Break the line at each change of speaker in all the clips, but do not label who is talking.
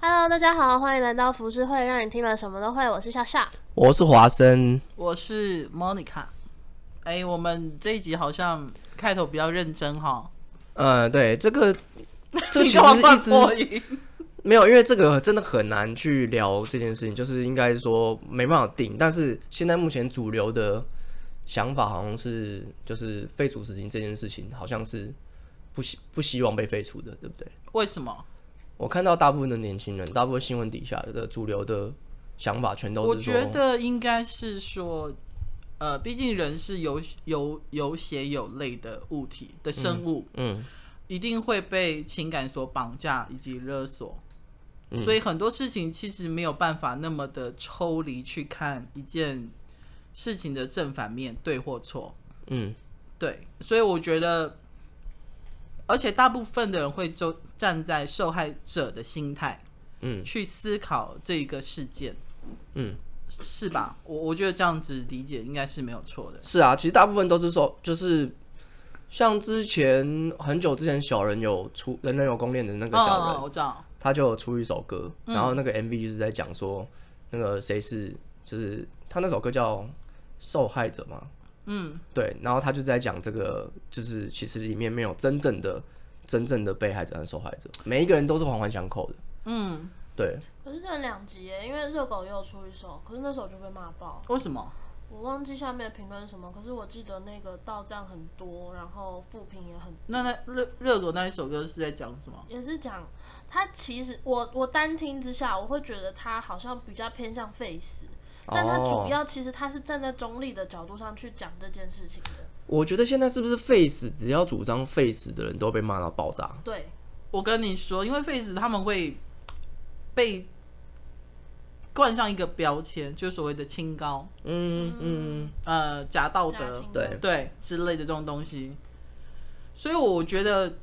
Hello，大家好，欢迎来到服饰会，让你听了什么都会。我是夏夏，
我是华生，
我是 Monica。哎、我们这一集好像开头比较认真哈，
呃，对，这 个这个
你
其
干嘛
实一
放播
直
音？
没有，因为这个真的很难去聊这件事情，就是应该说没办法定，但是现在目前主流的想法好像是，就是废除死刑这件事情，好像是不希不希望被废除的，对不对？
为什么？
我看到大部分的年轻人，大部分新闻底下的主流的想法，全
我
都是
觉
说，
得应该是说，呃，毕竟人是有有有血有泪的物体的生物，
嗯，
一定会被情感所绑架以及勒索，
嗯
所以很多事情其实没有办法那么的抽离去看一件事情的正反面，对或错。
嗯，
对，所以我觉得，而且大部分的人会就站在受害者的心态，
嗯，
去思考这个事件，
嗯，
是吧？我我觉得这样子理解应该是没有错的。
是啊，其实大部分都是说，就是像之前很久之前小人有出《人人有攻略》的那个
哦
小人，
哦，我嗯知道，
他就有出一首歌，然后那个 MV 就是在讲说那个谁是，就是他那首歌叫《受害者》嘛，
嗯，
对，然后他就在讲这个，就是其实里面没有真正的真正的被害者和受害者，每一个人都是环环相扣的，
嗯，
对，
可是这两集耶，因为热狗也有出一首，可是那首就被骂爆，
为什么？
我忘记下面的评论是什么，可是我记得那个到站很多，然后负评也很多
那那热热狗那一首歌是在讲什么？
也是讲他其实我我单听之下，我会觉得他好像比较偏向 face，但他主
哦
要其实他是站在中立的角度上去讲这件事情的，
我觉得现在是不是 face 只要主张 face 的人都被骂到爆炸？
对，
我跟你说，因为 face 他们会被冠上一个标签，就是所谓的清高、
嗯嗯，
呃假道
加
德
青，
对
的
对之类的这种东西。所以我觉得，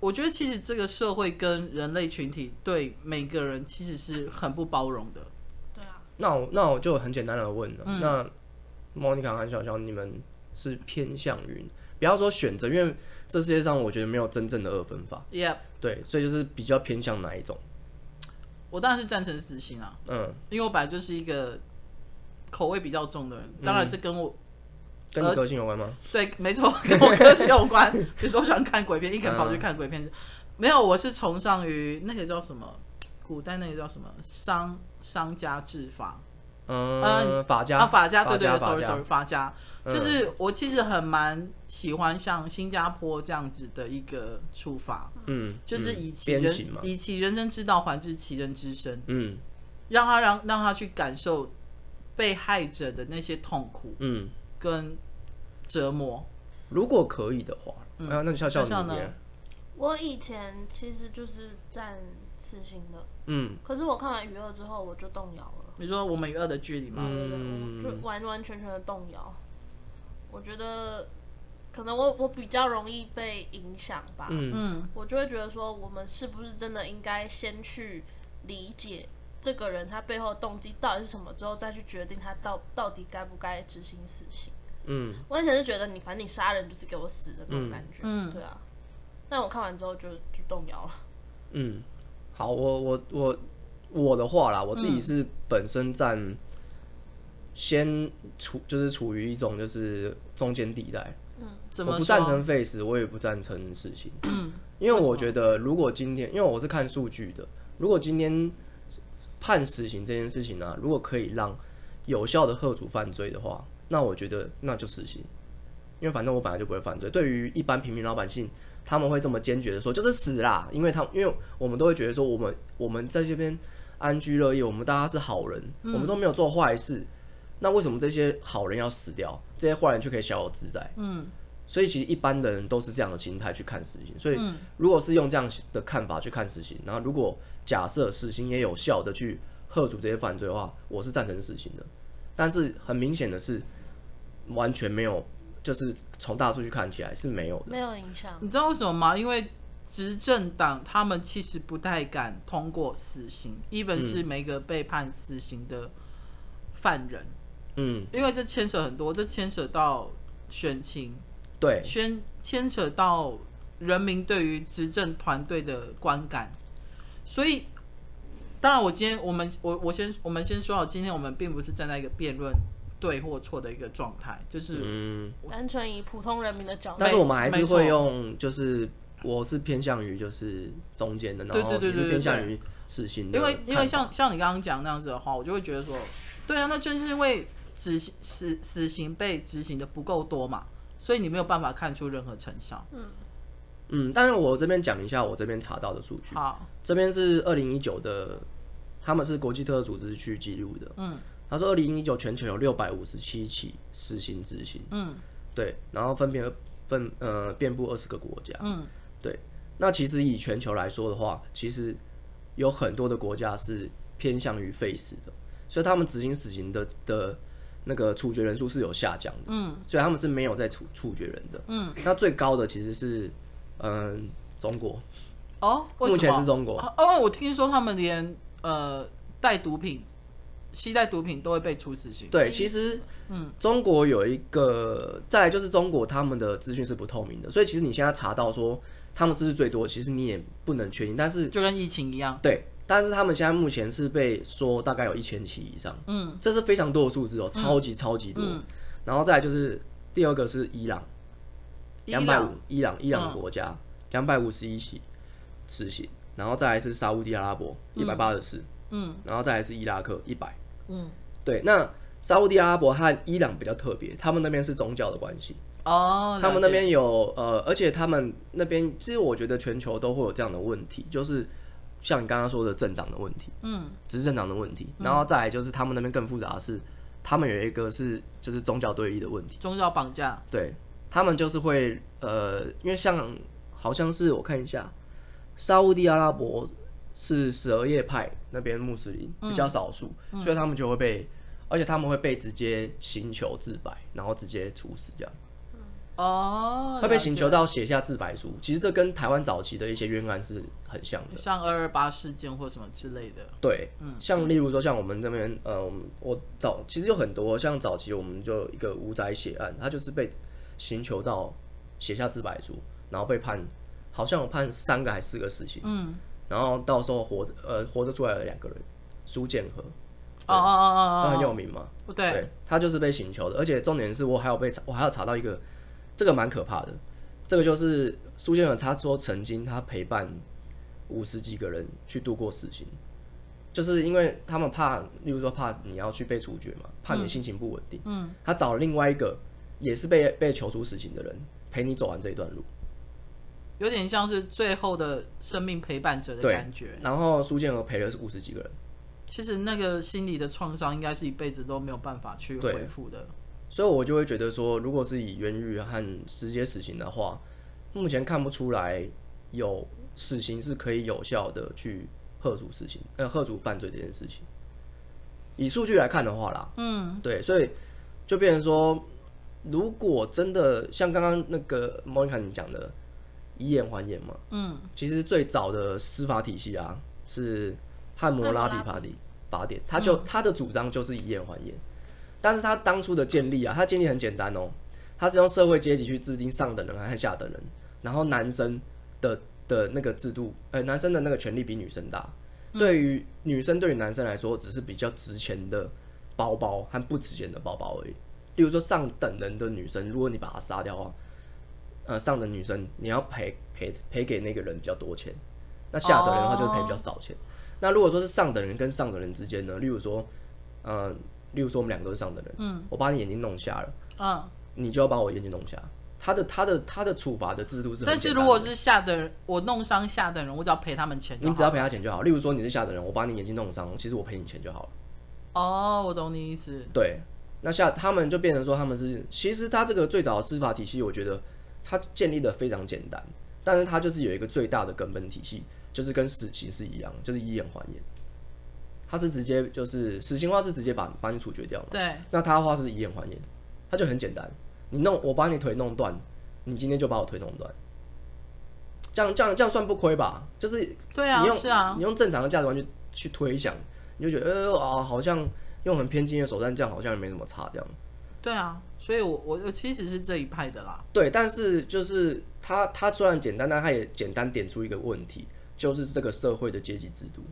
我觉得其实这个社会跟人类群体对每个人其实是很不包容的。
对啊，
那我那我就很简单的问了，
嗯
那莫妮卡和小乔，你们是偏向于不要说选择，因为这世界上我觉得没有真正的二分法，
y e
对，所以就是比较偏向哪一种？
我当然是赞成死刑啊，
嗯，
因为我本来就是一个口味比较重的人。当然，这跟我
跟你
呃
个性有关吗？
对，没错， 跟我科学有关。比如说，我喜欢看鬼片，一个人跑去看鬼片。没有，我是崇尚于那个叫什么，古代那个叫什么商商家制法
嗯，
呃
法家
啊，法家，对对
家
对
法
，sorry
家
sorry，，法家。
嗯
就是我其实很蛮喜欢像新加坡这样子的一个处罚，
嗯，
就是
嗯
以其
鞭
人、
刑嘛，
以其人生之道还治其人之身，
嗯
让他让让他去感受被害者的那些痛苦
嗯，
跟折磨。
如果可以的话，
嗯
啊，那笑笑
笑笑
你
呢
耶，
我以前其实就是站死刑的，
嗯
可是我看完《娱乐》之后，我就动摇了，
你说我们与恶的距离吗？
对对
嗯
对，我就完完全全的动摇。我觉得可能我我比较容易被影响吧，
嗯
嗯，
我就会觉得说，我们是不是真的应该先去理解这个人他背后的动机到底是什么，之后再去决定他到到底该不该执行死刑。
嗯，
我以前是觉得你反正你杀人就是给我死的那种
嗯
感觉，
嗯
对啊。但我看完之后就就动摇了，
嗯，好，我我我我的话啦，我自己是本身站先处，就是处于一种就是中间地带，
怎
我
么
不
说
赞成 face，我也不赞成事 情，因为我觉得如果今天，因为我是看数据的，如果今天判死刑这件事情呢、啊如果可以让有效的贺主犯罪的话，那我觉得那就死刑，因为反正我本来就不会犯罪。对于一般平民老百姓，他们会这么坚决的说就是死啦，因为他因为我们都会觉得说我们我们在这边安居乐业，我们大家是好人，
嗯
我们都没有做坏事，那为什么这些好人要死掉，这些坏人却可以逍遥自在？
嗯，
所以其实一般的人都是这样的心态去看死刑。所以
嗯
如果是用这样的看法去看死刑，然后如果假设死刑也有效的去贺阻这些犯罪的话，我是赞成死刑的。但是很明显的是，完全没有，就是从大数据看起来是没有的。
没有影响。
你知道为什么吗？因为执政党他们其实不太敢通过死刑，even
嗯
是每个被判死刑的犯人，
嗯，
因为这牵扯很多，这牵扯到选情，
对，
牵牵扯到人民对于执政团队的观感，所以当然，我今天我们我我先我们先说好，今天我们并不是站在一个辩论对或错的一个状态，就是
嗯，
单纯以普通人民的角度
但是我们还
没
是
错
会用，就是我是偏向于就是中间的，然
对
后
对对
你是
对对
偏向于死刑的嗯
因
看法，
为因为像像你刚刚讲那样子的话，我就会觉得说，对啊，那正是因为执行死死刑被执行的不够多嘛，所以你没有办法看出任何成效。
嗯，但是我这边讲一下我这边查到的数据，
好，
这边是二零一九的，他们是国际特赦组织去记录的，
嗯
他说二零一九全球有六百五十七起死刑执行，
嗯
对，然后分别分呃遍布二十个国家。
嗯，
那其实以全球来说的话，其实有很多的国家是偏向于废死的，所以他们执行死刑的的那个处决人数是有下降的，
嗯，
所以他们是没有在处处决人的，
嗯，
那最高的其实是嗯中国，
哦，为
目
什
前
么
是中国，
哦哦，我听说他们连呃带毒品、吸带毒品都会被处死刑。
对，其实，嗯，中国有一个，再来就是中国他们的资讯是不透明的，所以其实你现在查到说他们是不是最多，其实你也不能确定。但是，
就跟疫情一样，
对，但是他们现在目前是被说大概有一千起以上，
嗯，
这是非常多的数字哦，超级超级多。然后再来就是第二个是伊朗，
伊
两百
朗嗯
五，伊朗伊朗国家两百五十一起死刑，然后再来是沙烏地阿拉伯一百八十四，
嗯
然后再来是伊拉克一百。
嗯，
对，那沙烏地阿拉伯和伊朗比较特别，他们那边是宗教的关系，
哦，
他们那
了解
边有呃，而且他们那边其实我觉得全球都会有这样的问题，就是像你刚刚说的政党的问题，
嗯
执政党的问题，然后再来就是他们那边更复杂的是，他们有一个是就是宗教对立的问题，
宗教绑架，
对他们就是会呃，因为像好像是我看一下，沙烏地阿拉伯是什叶派那边穆斯林
嗯
比较少数，所以他们就会被，而且他们会被直接刑求自白，然后直接处死这样，
哦，
会被
了
刑
解
求到写下自白书。其实这跟台湾早期的一些冤案是很像的。
像二二八事件或什么之类的，
对，
嗯
像例如说，像我们这边，呃，我们我早其实有很多，像早期我们就有一个五仔血案，他就是被刑求到写下自白书，然后被判，好像有判三个还是四个死刑，
嗯，
然后到时候活着，呃，活着出来的两个人，苏建和，
哦哦
他
哦
很啊
哦
有名嘛，
哦，对，
他就是被刑求的，而且重点是我还有被查，我还有查到一个，这个蛮可怕的，这个就是苏建和他说曾经他陪伴五十几个人去度过死刑，就是因为他们怕，例如说怕你要去被处决嘛，怕你心情不稳定，
嗯，
他找了另外一个也是被被求处死刑的人陪你走完这一段路，
有点像是最后的生命陪伴者的
对
感觉。
然后苏建和陪了五十几个人，
其实那个心理的创伤应该是一辈子都没有办法去
对
恢复的。
所以我就会觉得说，如果是以冤狱和直接死刑的话，目前看不出来有死刑是可以有效的去贺阻死刑，呃，贺阻犯罪这件事情。以数据来看的话啦，
嗯，
对，所以就变成说，如果真的像刚刚那个 Monica 你讲的以眼还眼嘛，
嗯，
其实最早的司法体系啊是汉谟拉比嗯法典，法典，他就、他的主张就是以眼还眼，但是他当初的建立啊，他建立很简单哦，他是用社会阶级去制定上等人和下等人，然后男生的的那个制度，呃，男生的那个权利比女生大，
嗯
对于女生对于男生来说，只是比较值钱的包包和不值钱的包包而已。例如说上等人的女生，如果你把她杀掉的话，呃，上等女生你要赔赔赔给那个人比较多钱，那下等人的话就是赔比较少钱。那如果说是上等人跟上等人之间呢，例如说，呃，例如说我们两个都是上等人，嗯，我把你眼睛弄瞎了，
嗯，
你就要把我眼睛弄瞎。他的他的他的处罚的制度是很简单
但
的，
是如果是下等人，我弄伤下等人，我只要赔他们钱就
你
好
只要赔他钱就好。例如说你是下等人，我把你眼睛弄伤，其实我赔你钱就好了。
哦，我懂你意思。
对，那下他们就变成说他们是，其实他这个最早的司法体系，我觉得它建立的非常简单，但是它就是有一个最大的根本体系，就是跟死刑是一样，就是以眼还眼。它是直接就是死刑的话是直接把把你处决掉嘛，
对，
那他的话是以眼还眼，他就很简单，你弄我把你腿弄断，你今天就把我腿弄断，这样这样这样算不亏吧？就是
对啊
你，用
是啊，
你用正常的价值观去去推想，你就觉得呃啊，好像用很偏激的手段，这样好像也没什么差这样。
对啊。所以我我我其实是这一派的啦。
对，但是就是他他虽然简单，但他也简单点出一个问题，就是这个社会的阶级制度。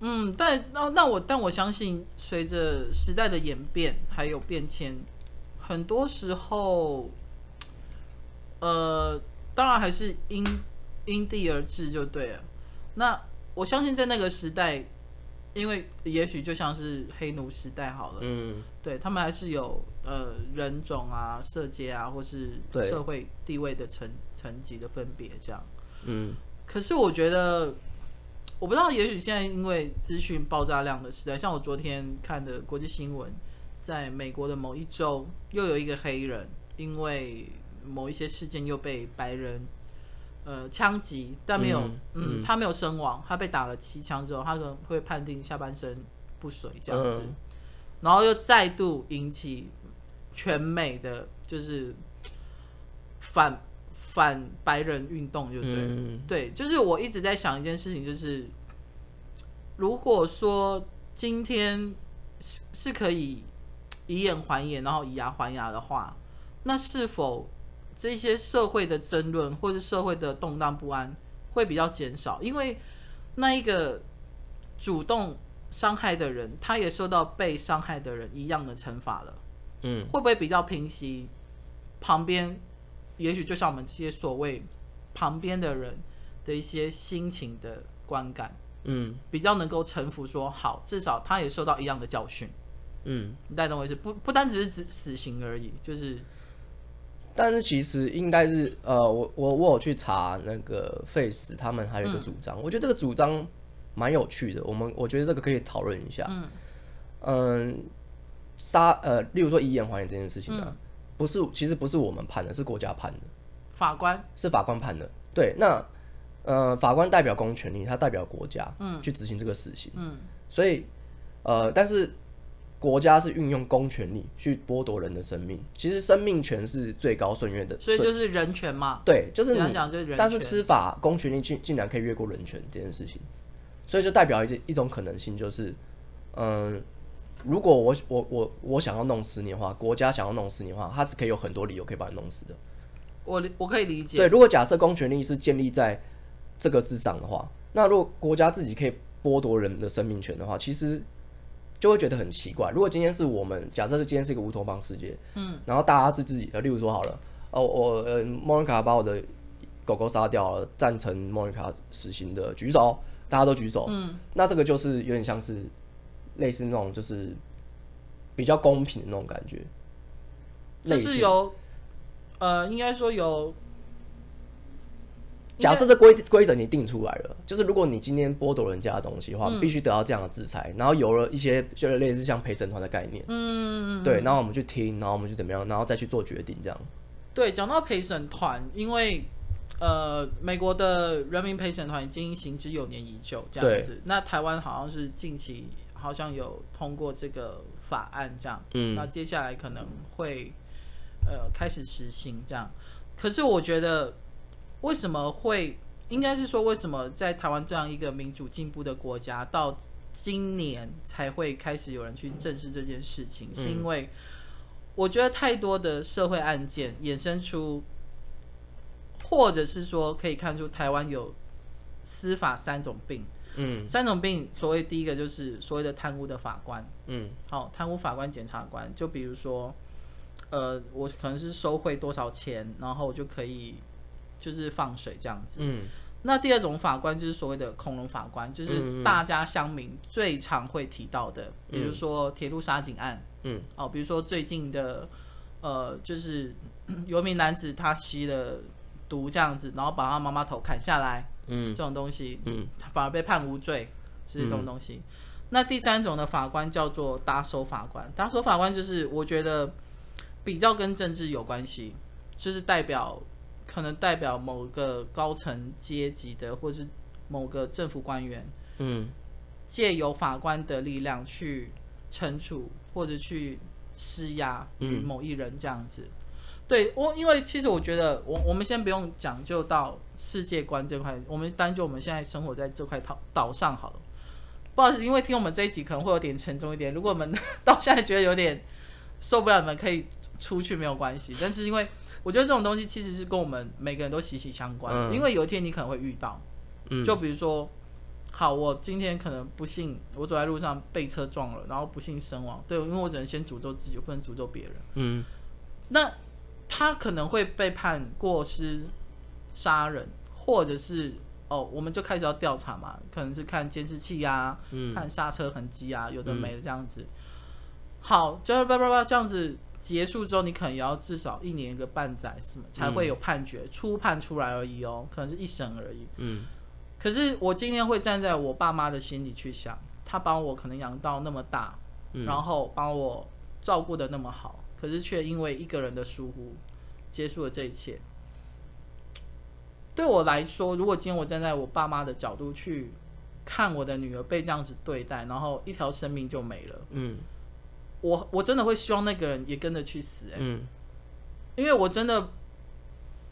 嗯，但那那我但我相信，随着时代的演变还有变迁，很多时候，呃，当然还是因因地而制就对了。那我相信在那个时代，因为也许就像是黑奴时代好了，
嗯，
对他们还是有呃人种啊、色阶啊，或是
对
社会地位的层层级的分别这样。
嗯，
可是我觉得，我不知道，也许现在因为资讯爆炸量的时代，像我昨天看的国际新闻，在美国的某一州又有一个黑人，因为某一些事件又被白人呃枪击，但没有，
嗯
嗯，
嗯
他没有身亡，他被打了七枪之后，他可能会判定下半身不遂这样子，
嗯
然后又再度引起全美的就是反反白人运动，就对了。
嗯
对，就是我一直在想一件事情，就是如果说今天是是可以以眼还眼，然后以牙还牙的话，那是否这些社会的争论或者社会的动荡不安会比较减少？因为那一个主动伤害的人，他也受到被伤害的人一样的惩罚了。
嗯
会不会比较平息？旁边也许就像我们这些所谓旁边的人的一些心情的观感，
嗯
比较能够臣服说好，至少他也受到一样的教训。
嗯，
你大概懂我意思？不不单只是指死刑而已，就是
但是其实应该是呃，我我我有去查那个 Face，他们还有一
嗯
个主张，我觉得这个主张蛮有趣的，我们我觉得这个可以讨论一下。嗯杀呃，例如说以眼还眼这件事情
嗯
啊，不是其实不是我们判的，是国家判的，
法官
是法官判的。对，那呃，法官代表公权力，他代表国家，嗯，去执行这个死刑，嗯，所以呃，但是国家是运用公权力去剥夺人的生命，其实生命权是最高顺位的，
所以就是人权嘛，
对，就是
简单
你，
讲就是人
但是
权
司法公权力竟竟然可以越过人权这件事情，所以就代表一一种可能性，就是，嗯，如果我我我我想要弄死你的话，国家想要弄死你的话，它是可以有很多理由可以把你弄死的。
我我可以理解。
对，如果假设公权力是建立在这个之上的话，那如果国家自己可以剥夺人的生命权的话，其实就会觉得很奇怪。如果今天是我们假设是今天是一个乌托邦世界，嗯，然后大家是自己的，例如说好了，哦，我呃莫妮卡把我的狗狗杀掉了，赞成莫妮卡死刑的举手，大家都举手，嗯，那这个就是有点像是类似那种就是比较公平的那种感觉，
就
类
是
似
由呃，应该说由
假设这规规则你定出来了，就是如果你今天剥夺人家的东西的话，必须得到这样的制裁，然后有了一些就是类似像陪审团的概念，嗯，对，然后我们去听，然后我们去怎么样，然后再去做决定，这样，
对，讲到陪审团，因为呃，美国的人民陪审团已经行之有年已久，这样子。那台湾好像是近期好像有通过这个法案，这样。
嗯
那接下来可能会呃开始实行这样。可是我觉得为什么会，应该是说为什么在台湾这样一个民主进步的国家，到今年才会开始有人去正视这件事情，是因为我觉得太多的社会案件衍生出，或者是说可以看出台湾有司法三种病，
嗯
三种病，所谓第一个就是所谓的贪污的法官。
嗯
好、贪污法官、检察官，就比如说，呃，我可能是收贿多少钱，然后我就可以就是放水这样子。
嗯
那第二种法官就是所谓的恐龙法官，就
嗯
是大家乡民最常会提到的，比如说铁路杀警案，
嗯，
哦，比如说最近的，呃，就是 嗯有一名男子他吸了毒这样子，然后把他妈妈头砍下来，
嗯
这种东西，
嗯，
反而被判无罪，是这种东西。那第三种的法官叫做打手法官，打手法官就是我觉得比较跟政治有关系，就是代表可能代表某个高层阶级的，或是某个政府官员，
嗯
借由法官的力量去惩处或者去施压于某一人这样子。对我，因为其实我觉得，我我们先不用讲究到世界观这块，我们单就我们现在生活在这块岛岛上好了。不好意思，因为听我们这一集可能会有点沉重一点，如果我们 到现在觉得有点受不了，你们可以出去没有关系。但是因为我觉得这种东西其实是跟我们每个人都息息相关的，
嗯
因为有一天你可能会遇到，
嗯
就比如说，好，我今天可能不幸我走在路上被车撞了，然后不幸身亡，对，因为我只能先诅咒自己，我不能诅咒别人。
嗯，
那他可能会被判过失杀人，或者是哦，我们就开始要调查嘛，可能是看监视器啊，
嗯
看刹车痕迹啊，有的没的这样子。好，就是叭叭叭这样子结束之后，你可能也要至少一年一个半载什么才会有判决、初判出来而已哦，可能是一审而已。
嗯，
可是我今天会站在我爸妈的心里去想，他帮我可能养到那么大，
嗯
然后帮我照顾的那么好，可是却因为一个人的疏忽，结束了这一切。对我来说，如果今天我站在我爸妈的角度去看我的女儿被这样子对待，然后一条生命就没了，
嗯
我我真的会希望那个人也跟着去死、欸
嗯
因为我真的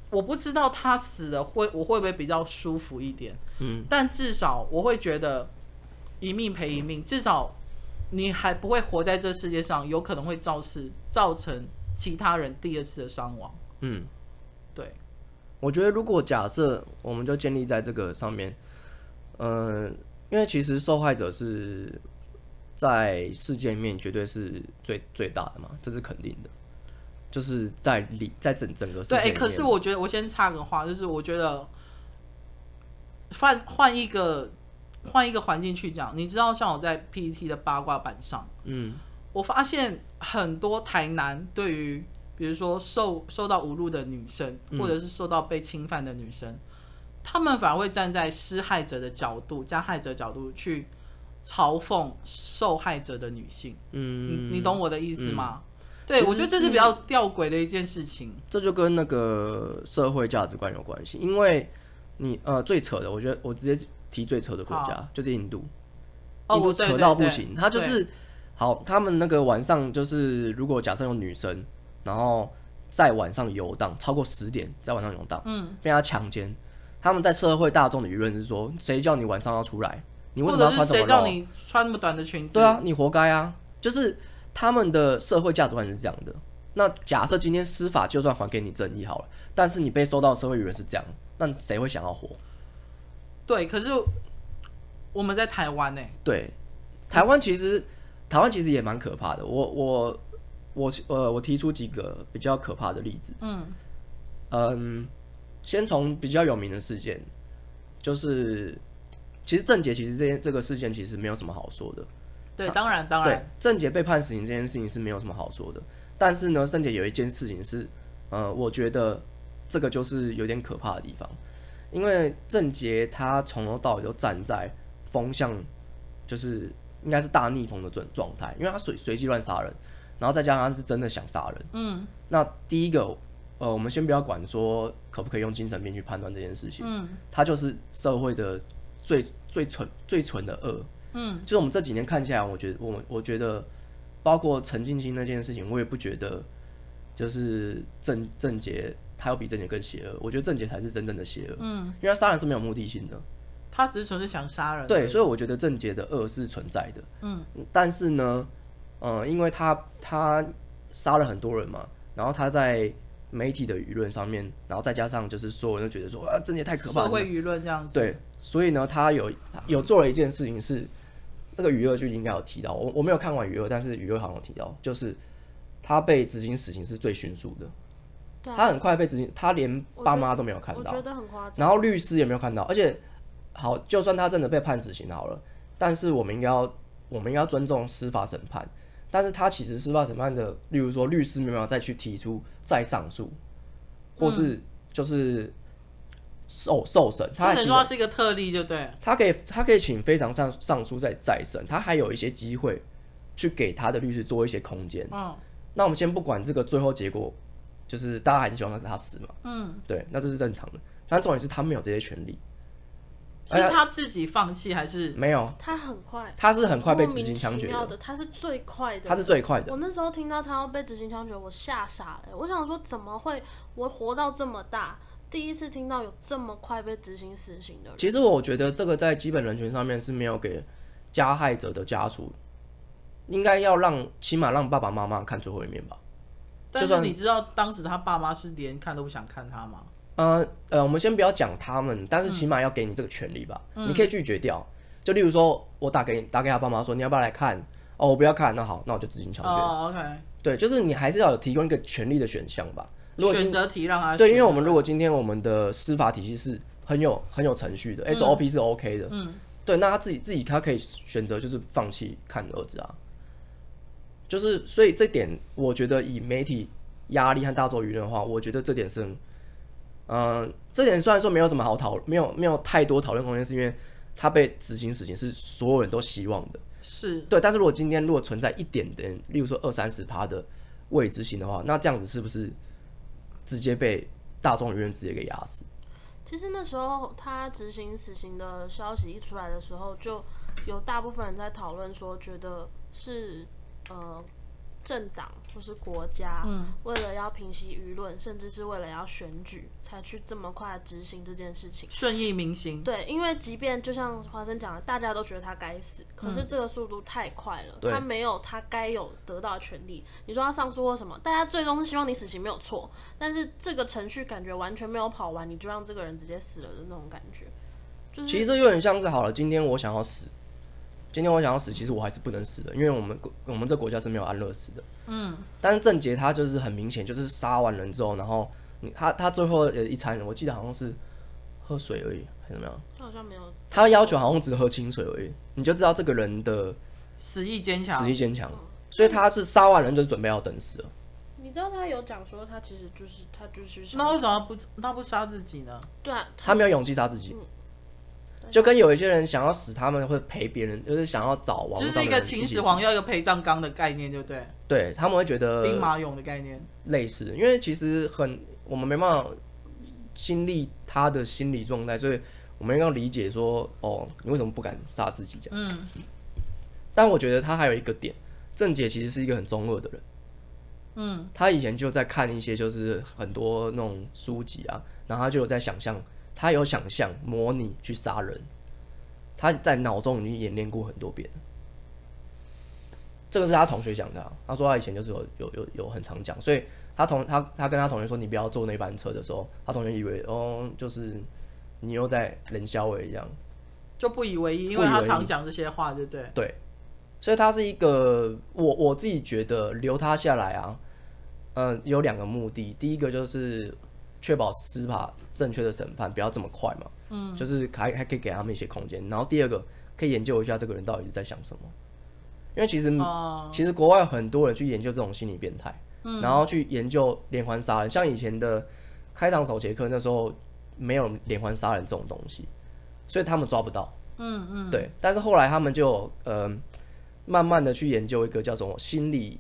我不知道他死了会我会不会比较舒服一点，
嗯
但至少我会觉得一命赔一命，至少你还不会活在这世界上，有可能会造事造成其他人第二次的伤亡。
嗯，
对，
我觉得如果假设我们就建立在这个上面，嗯、因为其实受害者是在世界里面绝对是最最大的嘛，这是肯定的，就是在里在整整个世界
对，
里
哎、
面。
可是我觉得我先插个话，就是我觉得换换一个换一个环境去讲，你知道，像我在 PPT 的八卦版上，
嗯
我发现很多台南对于比如说受受到侮辱的女生，
嗯
或者是受到被侵犯的女生，他们反而会站在施害者的角度、加害者角度去嘲讽受害者的女性。
嗯，
你你懂我的意思吗？
其
对，
实
我觉得这是
是
比较吊诡的一件事情。
这就跟那个社会价值观有关系，因为你呃最扯的，我觉得我直接提最扯的国家就是印度，
哦，
印度
我对
扯
对
到不
对
行，他就
对
是好，他们那个晚上就是如果假设有女生，然后在晚上游荡超过十点，在晚上游荡，
嗯，
被他强奸，他们在社会大众的舆论是说，谁叫你晚上要出来？你为
或
什么要
者
穿
是
这么
谁
露
叫？你穿那么短的裙子？
对啊，你活该啊！就是他们的社会价值观是这样的。那假设今天司法就算还给你正义好了，但是你被收到的社会舆论是这样，那谁会想要活？
对，可是我们在台湾呢、欸
对，台湾其实台湾其实也蛮可怕的。我我我呃，我提出几个比较可怕的例子。
嗯，
嗯，先从比较有名的事件，就是其实郑杰其实这件这个事件其实没有什么好说的。
对，当然当
啊对
然，，
郑杰被判死刑这件事情是没有什么好说的。但是呢，郑杰有一件事情是，呃，我觉得这个就是有点可怕的地方，因为郑杰他从头到尾都站在风向，就是应该是大逆风的状状态，因为他随随机乱杀人，然后再加上他是真的想杀人。
嗯
那第一个，呃，我们先不要管说可不可以用精神病去判断这件事情，
嗯
他就是社会的最最纯最纯的恶。
嗯，
就是我们这几年看下来，我觉得我我觉得，包括陈静心那件事情，我也不觉得就是郑郑杰他有比郑杰更邪恶。我觉得郑杰才是真正的邪恶，
嗯，
因为他杀人是没有目的性的。
他只是纯粹想杀人。
对，所以我觉得郑杰的恶是存在的。
嗯，
但是呢，呃，因为他他杀了很多人嘛，然后他在媒体的舆论上面，然后再加上就是所有人都觉得说啊，郑杰太可怕了
社，会舆论这样子。
对，所以呢，他有有做了一件事情是，那个娱乐剧应该有提到，我我没有看完娱乐，但是娱乐好像有提到，就是他被执行死刑是最迅速的，
对啊
他很快被执行，他连爸妈都没有看
我
到
觉，得很夸张。
然后律师也没有看到，而且好，就算他真的被判死刑好了，但是我们应该要我们应该要尊重司法审判，但是他其实司法审判的，例如说律师没有再去提出再上诉，或是
嗯
就是受受审，
就
他
等
其
于
实
说他是一个特例，就对。
他可以他可以请非常上上诉再再审，他还有一些机会去给他的律师做一些空间。
嗯
那我们先不管这个最后结果，就是大家还是希望他他死嘛，
嗯，
对，那这是正常的。但重点是他没有这些权利，哎
是他自己放弃还是？
没有，
他很快，
他是很快被执
莫
行
名
枪
其
决
妙的，
的，
他是最快的，
他是最快的。
我那时候听到他要被执行枪决，我吓傻了。欸我想说，怎么会？我活到这么大，第一次听到有这么快被执行死刑的人。
其实我觉得这个在基本人权上面是没有给加害者的家属，应该要让起码让爸爸妈妈看最后一面吧。
但
就是算
你知道当时他爸妈是连看都不想看他吗？
呃呃，我们先不要讲他们，但是起码要给你这个权利吧，你可以拒绝掉。就例如说，我打给你，打给他爸妈说你要不要来看？哦，我不要看，那好，那我就执行强制。
哦，OK，
对，就是你还是要有提供一个权利的选项吧。如果今
选择题让他
对，因
选
为我们如果今天我们的司法体系是很有很有程序的、s o p 是 OK 的，
嗯，
对，那他自己自己他可以选择就是放弃看儿子啊，就是所以这点我觉得以媒体压力和大众舆论的话，我觉得这点是很，嗯、这点虽然说没有什么好讨，没有没有太多讨论空间，是因为他被执行死刑是所有人都希望的，
是
对，但是如果今天如果存在一点点，例如说二三十趴的未知性的话，那这样子是不是直接被大众舆论直接给压死？
其实那时候他执行死刑的消息一出来的时候，就有大部分人在讨论说，觉得是呃政党或是国家，
嗯
为了要平息舆论，甚至是为了要选举，才去这么快执行这件事情。
顺应民心，
对，因为即便就像华生讲的，大家都觉得他该死，可是这个速度太快了，
嗯对
他没有他该有得到的权利。你说他上诉或什么，大家最终是希望你死刑没有错，但是这个程序感觉完全没有跑完，你就让这个人直接死了的那种感觉，就是
其实这有点像是好了，今天我想要死，今天我想要死，其实我还是不能死的，因为我们国我们这国家是没有安乐死的。
嗯，
但是郑杰他就是很明显，就是杀完人之后，然后你他他最后的一餐，我记得好像是喝水而已，还是怎么样？
他好像没有
他要求好像只喝清水而已，你就知道这个人的
死意坚强
实，力坚强，所以他是杀完人就准备要等死了。
你知道他有讲说他其实就是他就是想
那为什么不那不杀自己呢？
对啊，
他没有勇气杀自己，
嗯
就跟有一些人想要死，他们会陪别人，就是想要找网
就
络
是
上
一
的
个
人一
秦
起
始
死。
皇要一个陪葬纲的概念，对不对？
对他们会觉
兵
得
马俑的概念，
类似，因为其实很我们没办法经历他的心理状态，所以我们要理解说，哦，你为什么不敢杀自己这样？
嗯，
但我觉得他还有一个点，郑杰其实是一个很中二的人。
嗯，
他以前就在看一些就是很多那种书籍啊，然后他就有在想象，他有想象模拟去杀人，他在脑中已经演练过很多遍了。这个是他同学讲的啊、他说他以前就是有有有有很常讲，所以他同他他跟他同学说你不要坐那班车的时候，他同学以为哦就是你又在冷笑我一样，
就不以为意，因
不
为
以
他
为
常
意
讲这些话，对不对？
对，所以他是一个我我自己觉得留他下来啊，嗯、有两个目的，第一个就是确保司法正确的审判不要这么快嘛，嗯，就是还还可以给他们一些空间，然后第二个可以研究一下这个人到底是在想什么，因为其实、
哦，嗯
其实国外有很多人去研究这种心理变态，然后去研究连环杀人，像以前的开膛手杰克那时候没有连环杀人这种东西，所以他们抓不到。
嗯嗯，
对，但是后来他们就有呃，慢慢的去研究一个叫什么心理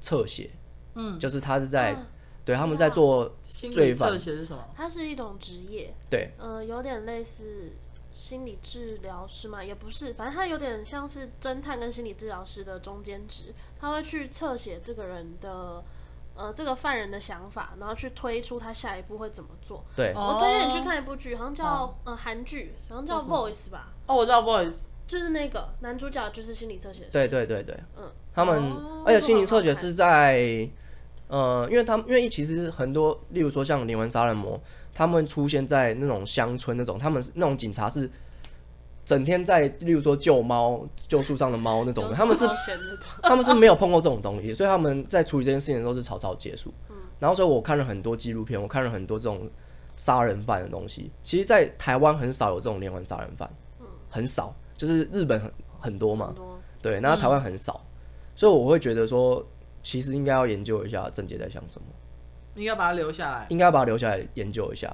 侧写，嗯，就是他是在、
啊
对他们
知
在
道
做
心理
罪犯
侧写是什么？
他是一种职业，
对
呃，有点类似心理治疗师嘛，也不是，反正他有点像是侦探跟心理治疗师的中间值，他会去侧写这个人的。呃，这个犯人的想法，然后去推出他下一步会怎么做。
对、
哦
我推荐你去看一部剧，好像叫、
哦
呃韩剧，好像叫
叫什么
Voice 吧，
哦，我知道，boys，
就是那个男主角就是心理测写师。
对对对对，
嗯，
他们、
哦
而且心理
这个好
侧
看
写是在呃，因为他们因为其实很多，例如说像连环杀人魔，他们出现在那种乡村那种，他们是那种警察是。整天在，例如说救猫、救树上的猫哦那种的，他们是
有什么好闲的
他们是没有碰过这种东西，所以他们在处理这件事情的时候是草草结束。
嗯
然后所以我看了很多纪录片，我看了很多这种杀人犯的东西。其实，在台湾很少有这种连环杀人犯，很少，就是日本很很多嘛
嗯很，多
对，那台湾很少，所以我会觉得说，其实应该要研究一下郑杰在想什么，
应该把它留下来
应该把他留下来研究一下。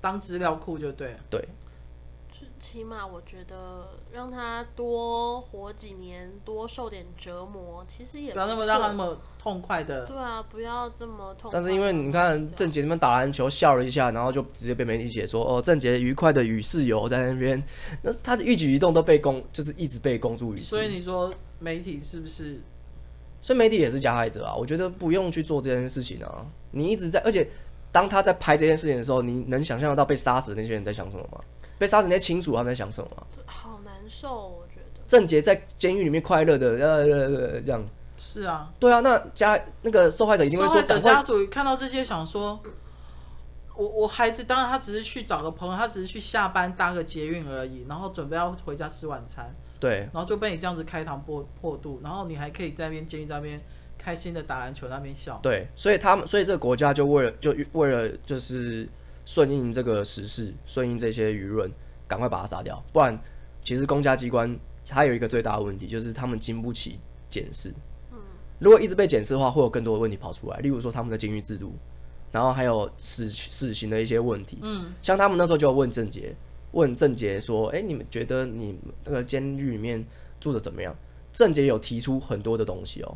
当资料库就对了。
对，
就起码我觉得让他多活几年，多受点折磨，其实也
不要那么
错
让他那么痛快的，
对啊，不要这么痛快。
但是因为你看
啊
郑杰他们打篮球笑了一下，然后就直接被媒体写说，哦，郑杰愉快的与室友在那边，那他的一举一动都被公，就是一直被公诸于世。
所以你说媒体是不是？
所以媒体也是加害者啊，我觉得不用去做这件事情啊。你一直在，而且当他在拍这件事情的时候，你能想象得到被杀死的那些人在想什么吗？被杀死那些亲属他们在想什么吗？
好难受，我觉得。
郑杰在监狱里面快乐的，呃呃呃呃，这样。
是啊，
对啊，那加那个受害者一定会
受
说，
害者
赶
家
快
属看到这些想说，我我孩子当然他只是去找个朋友，他只是去下班搭个捷运而已，然后准备要回家吃晚餐，
对，
然后就被你这样子开膛破破肚，然后你还可以在那边监狱那边开心的打篮球那边笑。
对，所以他们，所以这个国家就为了，就为了就是顺应这个时事，顺应这些舆论，赶快把他杀掉。不然，其实公家机关它有一个最大的问题，就是他们经不起检视。如果一直被检视的话，会有更多的问题跑出来，例如说他们的监狱制度，然后还有死死刑的一些问题。嗯，像他们那时候就有问郑杰，问郑杰说：“哎、你们觉得你们那个监狱里面住的怎么样？”郑杰有提出很多的东西哦，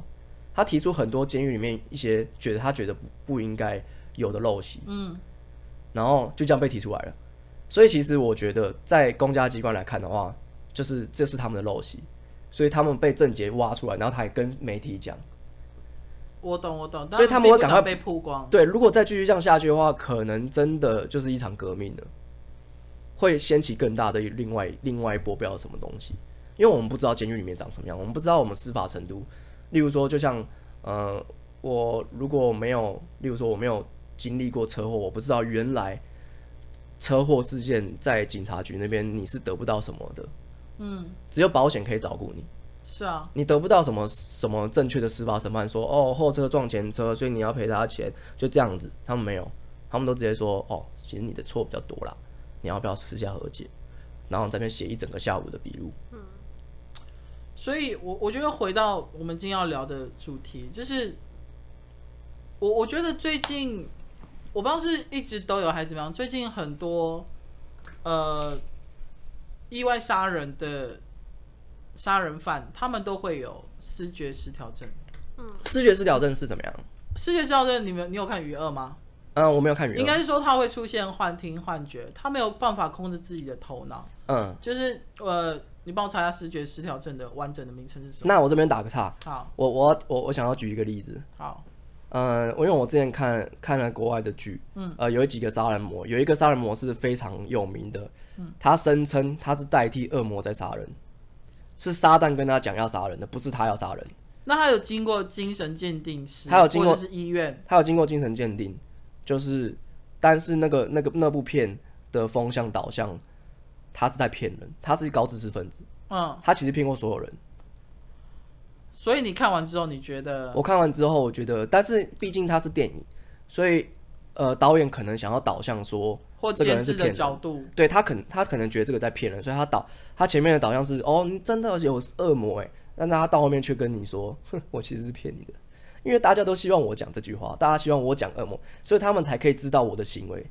他提出很多监狱里面一些觉得他觉得不不应该有的陋习，嗯，然后就这样被提出来了。所以其实我觉得，在公家机关来看的话，就是这是他们的陋习，所以他们被郑杰挖出来，然后他还跟媒体讲。
我懂我懂，
所以他们会赶快
但并不想被曝光。
对，如果再继续这样下去的话，可能真的就是一场革命了，会掀起更大的另外另外一波不知道什么东西，因为我们不知道监狱里面长什么样，我们不知道我们司法程度。例如说，就像呃，我如果没有，例如说我没有经历过车祸，我不知道原来车祸事件在警察局那边你是得不到什么的，
嗯，
只有保险可以照顾你。
是啊，
你得不到什么什么正确的司法审判，说哦后车撞前车，所以你要赔他钱，就这样子。他们没有，他们都直接说哦，其实你的错比较多啦，你要不要私下和解？然后在那边写一整个下午的笔录。
所以我我觉得回到我们今天要聊的主题，就是我我觉得最近我不知道是一直都有还是怎么样，最近很多呃意外杀人的杀人犯，他们都会有视觉失调症。嗯
视觉失调症是怎么样？
视觉失调症，你们你有看《余二》吗？
嗯，我没有看原
应该是说他会出现幻听、幻觉，他没有办法控制自己的头脑。
嗯，
就是呃，你帮我查一下视觉失调症的完整的名称是什么？
那我这边打个岔，
好，
我我要我我想要举一个例子。
好，
嗯，因为我之前看看了国外的剧，嗯，呃，有几个杀人魔，有一个杀人魔是非常有名的，他声称他是代替恶魔在杀人，是撒旦跟他讲要杀人的，不是他要杀人。
那他有经过精神鉴定师，
他有经过
或者是医院，
他有经过精神鉴定，就是，但是那个那个那部片的风向导向，他是在骗人，他是高知识分子，
嗯，
他其实骗过所有人。
所以你看完之后，你觉得
我看完之后，我觉得，但是毕竟他是电影，所以呃，导演可能想要导向说，
或
这个
监
人是
制
骗
的
人。
角度，
对他可能他可能觉得这个在骗人，所以他导他前面的导向是哦，你真的有恶魔哎，但他到后面却跟你说，哼，我其实是骗你的，因为大家都希望我讲这句话，大家希望我讲恶魔，所以他们才可以知道我的行为，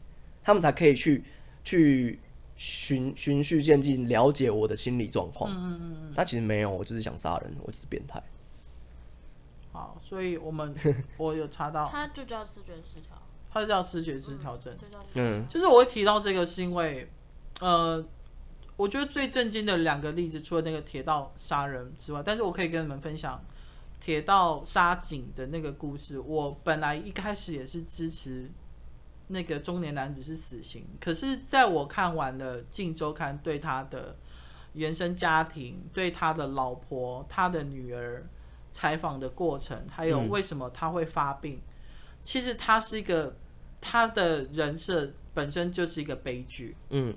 他们才可以去去循循序渐进了解我的心理状况。嗯嗯嗯，但其实没有，我就是想杀人，我就是变态。
好，所以我们我有查到，
它就叫视觉失调，
他叫视觉失调症。
就叫
嗯
就是我会提到这个，是因为，呃，我觉得最震惊的两个例子，除了那个铁道杀人之外，但是我可以跟你们分享铁道杀警的那个故事。我本来一开始也是支持那个中年男子是死刑，可是在我看完了《镜周刊》对他的原生家庭、对他的老婆、他的女儿采访的过程，还有为什么他会发病，其实他是一个他的人设本身就是一个悲剧。
嗯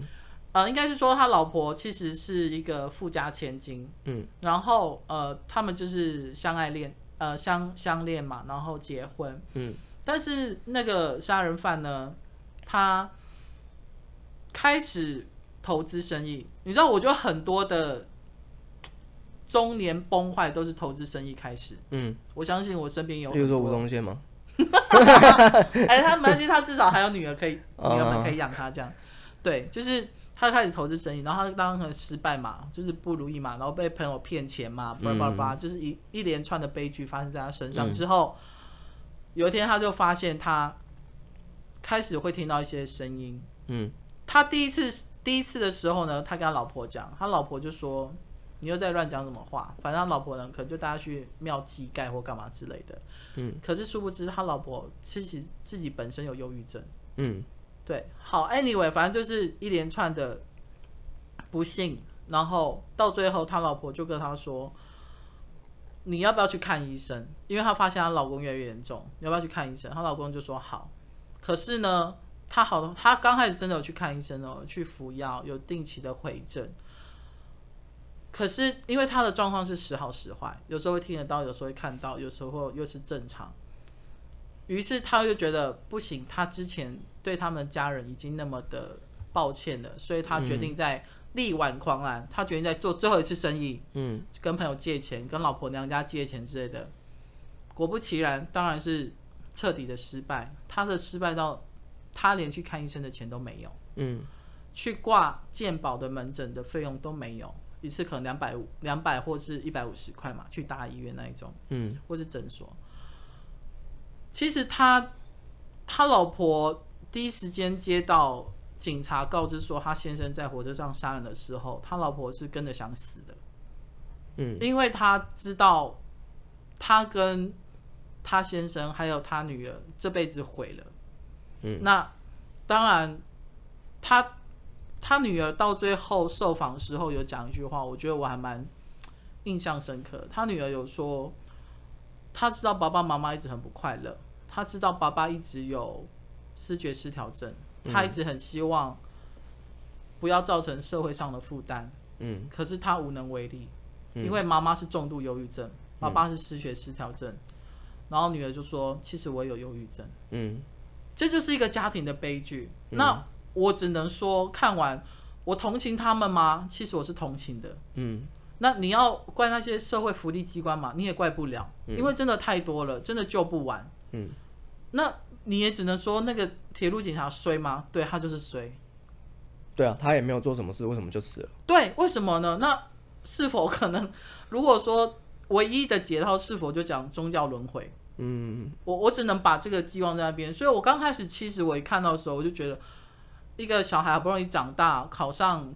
呃，应该是说他老婆其实是一个富家千金，
嗯，
然后呃，他们就是相爱恋，呃，相相恋嘛，然后结婚，
嗯，
但是那个杀人犯呢，他开始投资生意，你知道，我觉得很多的中年崩坏都是投资生意开始，
嗯，
我相信我身边有
例如
很
说
多
吴宗宪吗？
哎，他没关系，他至少还有女儿可以，
啊
女儿们可以养他这样。对，就是他开始投资生意，然后他当然失败嘛，就是不如意嘛，然后被朋友骗钱嘛，叭叭叭，就是一一连串的悲剧发生在他身上之后，有一天他就发现他开始会听到一些声音。
嗯
他第一次第一次的时候呢，他跟他老婆讲，他老婆就说。你又在乱讲什么话？反正他老婆呢，可能就带他去庙祭盖或干嘛之类的。
嗯
可是殊不知，他老婆其实自己本身有忧郁症。
嗯
对，好，anyway，反正就是一连串的不幸，然后到最后，他老婆就跟他说：“你要不要去看医生？”因为她发现她老公越来越严重，你要不要去看医生？她老公就说：“好。”可是呢，他好的，他刚开始真的有去看医生哦，去服药，有定期的回诊。可是因为他的状况是时好时坏，有时候会听得到，有时候会看到，有时候又是正常。于是他就觉得不行，他之前对他们家人已经那么的抱歉了，所以他决定在力挽狂澜，他决定在做最后一次生意，
嗯，
跟朋友借钱，跟老婆娘家借钱之类的。果不其然，当然是彻底的失败。他的失败到他连去看医生的钱都没有，
嗯，
去挂健保的门诊的费用都没有，一次可能两百五、两百或是一百五十块嘛，去大医院那一种，
嗯，
或是诊所。其实他他老婆第一时间接到警察告知说他先生在火车上杀人的时候，他老婆是跟着想死的。
嗯，
因为他知道他跟他先生还有他女儿这辈子毁了。嗯，那当然，他他女儿到最后受访时候有讲一句话，我觉得我还蛮印象深刻。他女儿有说，他知道爸爸妈妈一直很不快乐，他知道爸爸一直有视觉失调症，他一直很希望不要造成社会上的负担。
嗯，
可是他无能为力。因为妈妈是重度忧郁症，爸爸是失学失调症，然后女儿就说：“其实我也有忧郁症。
嗯”
这就是一个家庭的悲剧。那我只能说，看完我同情他们吗？其实我是同情的。
嗯
那你要怪那些社会福利机关嘛，你也怪不了，因为真的太多了，真的救不完。
嗯，
那你也只能说那个铁路警察衰吗？对他就是衰。
对啊，他也没有做什么事，为什么就死了？
对，为什么呢？那是否可能？如果说唯一的解套，是否就讲宗教轮回？
嗯
我我只能把这个寄望在那边。所以我刚开始其实我一看到的时候，我就觉得一个小孩好不容易长大，考上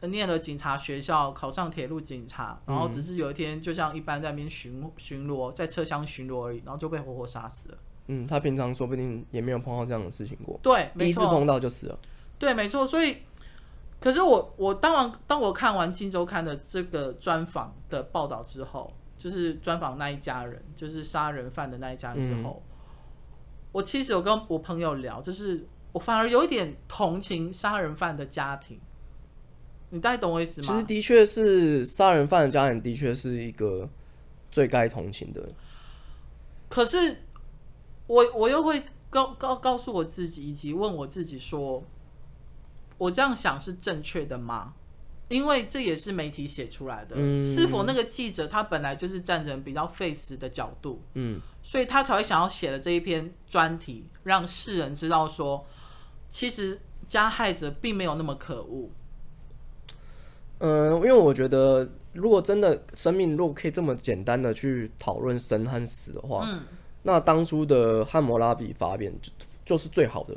呃念了警察学校，考上铁路警察，然后只是有一天就像一般在那边巡巡逻，在车厢巡逻而已，然后就被活活杀死了。
嗯，他平常说不定也没有碰到这样的事情过，
对，
第
没
一次
错。
碰到就死了。
对，没错。所以，可是我我当完当我看完《金周刊》的这个专访的报道之后，就是专访那一家人，就是杀人犯的那一家人之后，我其实有跟我朋友聊，就是我反而有一点同情杀人犯的家庭。你大概懂我意思
其
吗？
实的确是杀人犯的家人，的确是一个最该同情的。
可是我我又会告告告诉我自己，以及问我自己说，我这样想是正确的吗？因为这也是媒体写出来的，
嗯
是否那个记者他本来就是站着比较 face 的角度，
嗯
所以他才会想要写了这一篇专题，让世人知道说，其实加害者并没有那么可恶。
嗯、呃因为我觉得，如果真的生命如果可以这么简单的去讨论生和死的话，
嗯
那当初的汉谟拉比法典就就是最好的，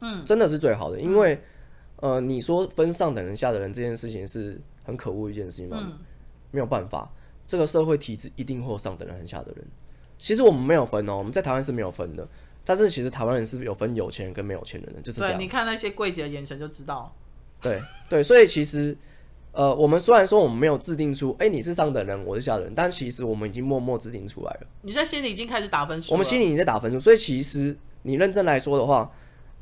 嗯，
真的是最好的，因为呃，你说分上等人下等人这件事情是很可恶的一件事情嘛，
嗯
没有办法，这个社会体制一定会有上等人和下等人。其实我们没有分哦，我们在台湾是没有分的，但是其实台湾人是有分有钱人跟没有钱人的，就是这
对，
样
你。看那些柜姐的眼神就知道，
对对，所以其实，呃，我们虽然说我们没有制定出，哎、你是上等人，我是下等人，但其实我们已经默默制定出来了。
你在心里已经开始打分数了。
我们心里已经在打分数，所以其实你认真来说的话，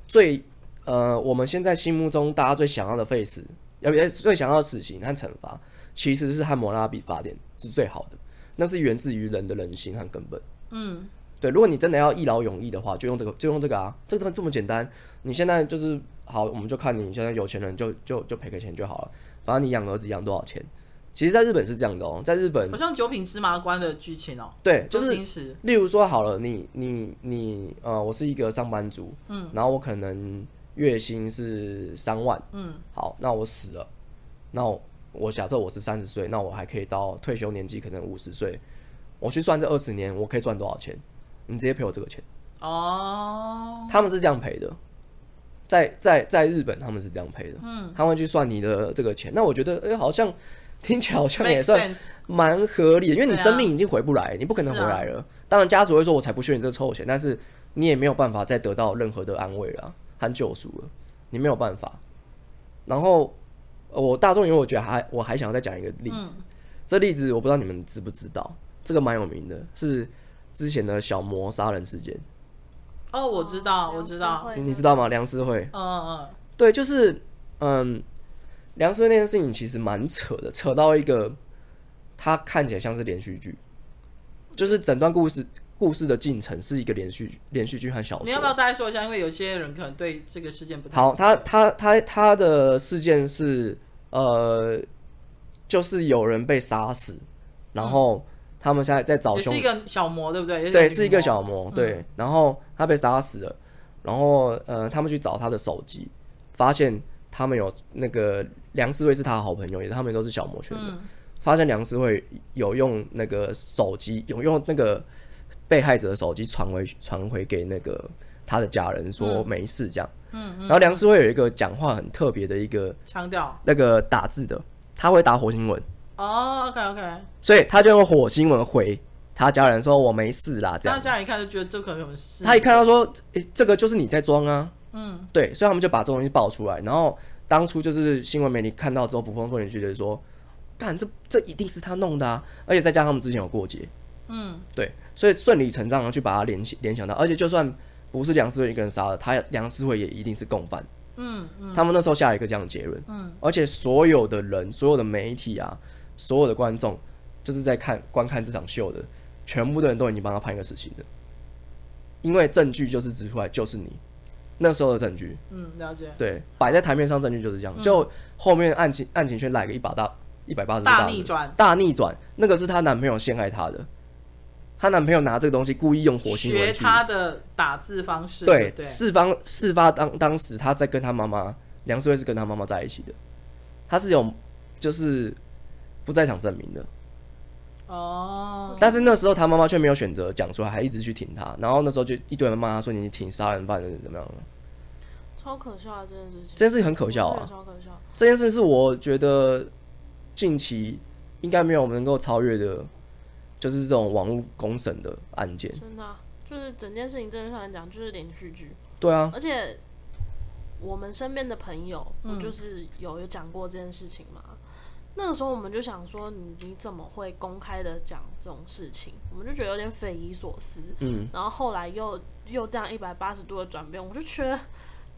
最呃，我们现在心目中大家最想要的 face，要不要最想要的死刑和惩罚，其实是汉谟拉比法典是最好的，那是源自于人的人心和根本。
嗯，
对，如果你真的要一劳永逸的话，就用这个，就用这个啊，这个这么简单。你现在就是好，我们就看你现在有钱人就就就赔个钱就好了，反正你养儿子养多少钱。其实，在日本是这样的哦，在日本
好，像九品芝麻官的剧情哦、
对，就是
平时，
例如说好了，你你你呃，我是一个上班族，
嗯，
然后我可能月薪是三万，
嗯
好，那我死了，那我我假设我是三十岁，那我还可以到退休年纪可能五十岁，我去算这二十年我可以赚多少钱，你直接赔我这个钱，
哦，
他们是这样赔的，在在在日本他们是这样赔的，
嗯，
他们去算你的这个钱，那我觉得哎、好像听起来好像也
make
算
sense，
蛮合理的，因为你
对啊啊
生命已经回不来，你不可能回来了。当然，家属会说：“我才不屑你这个臭钱。”但是你也没有办法再得到任何的安慰了和救赎了，你没有办法。然后，呃我大众因为我觉得还我还想再讲一个例子，
嗯
这例子我不知道你们知不知道，这个蛮有名的，是之前的小魔杀人事件。
哦，我知道，我知道，
你你知道吗？梁思慧，
嗯嗯
对，就是嗯，梁思慧那件事情其实蛮扯的，扯到一个它看起来像是连续剧，就是整段故事故事的进程是一个连续连续剧和小
嗯，
说。
你要不要大概说一下？因为有些人可能对这个事件不太
好，他他他他的事件是呃，就是有人被杀死，然后他们现在在找
也
凶
是一个小魔，对不对？也
对，
女
是一嗯个
魔
小魔，对。然后他被杀死了，然后呃，他们去找他的手机，发现他们有那个梁思慧是他的好朋友，也是他们都是小魔圈的。
嗯
发现梁思慧有用那个手机，有用那个被害者的手机传回传回给那个他的家人，说没事这样。嗯。然后梁思慧有一个讲话很特别的一个
腔调。
那个打字的，他会打火星文，
哦，OK OK，
所以他就用火星文回他家人说我没事啦这样
那。家人一看就觉得这可能是
他一看到说，诶、这个就是你在装啊，
嗯，
对，所以他们就把这东西爆出来。然后当初就是新闻媒体看到之后，捕风捉影，就觉得说，干这这一定是他弄的啊！而且再加上他们之前有过节，
嗯，
对，所以顺理成章的去把它联系联想到，而且就算不是梁思慧一个人杀的，他梁思慧也一定是共犯。
嗯嗯
他们那时候下了一个这样的结论，
嗯，
而且所有的人、所有的媒体啊、所有的观众，就是在看观看这场秀的，全部的人都已经帮他判一个死刑了，因为证据就是指出来就是你那时候的证据，
嗯，了解。
对，摆在台面上证据就是这
嗯
样，就后面案情案情却来个一把大一百八十
大逆转，
大逆转，那个是她男朋友陷害她的，她男朋友拿这个东西故意用火星文
学
去
他的打字方式，
对，
对，
事发事发当当时他在跟他妈妈梁思慧是跟他妈妈在一起的，他是有就是不在场证明的，
嗯哦，
但是那时候他妈妈却没有选择讲出来，还一直去挺他，然后那时候就一堆人骂他说你挺杀人犯的怎么样？
超可笑的这件事情，
这件事情很可笑
我
啊
觉得，超可笑。
这件事是我觉得近期应该没有能够超越的，就是这种网络公审的案件。
真的啊、就是整件事情，真的上来讲就是连续剧，
对啊，
而且我们身边的朋友，
嗯
不就是有有讲过这件事情嘛？那个时候我们就想说你，你怎么会公开的讲这种事情？我们就觉得有点匪夷所思。
嗯，
然后后来又又这样一百八十度的转变，我就觉得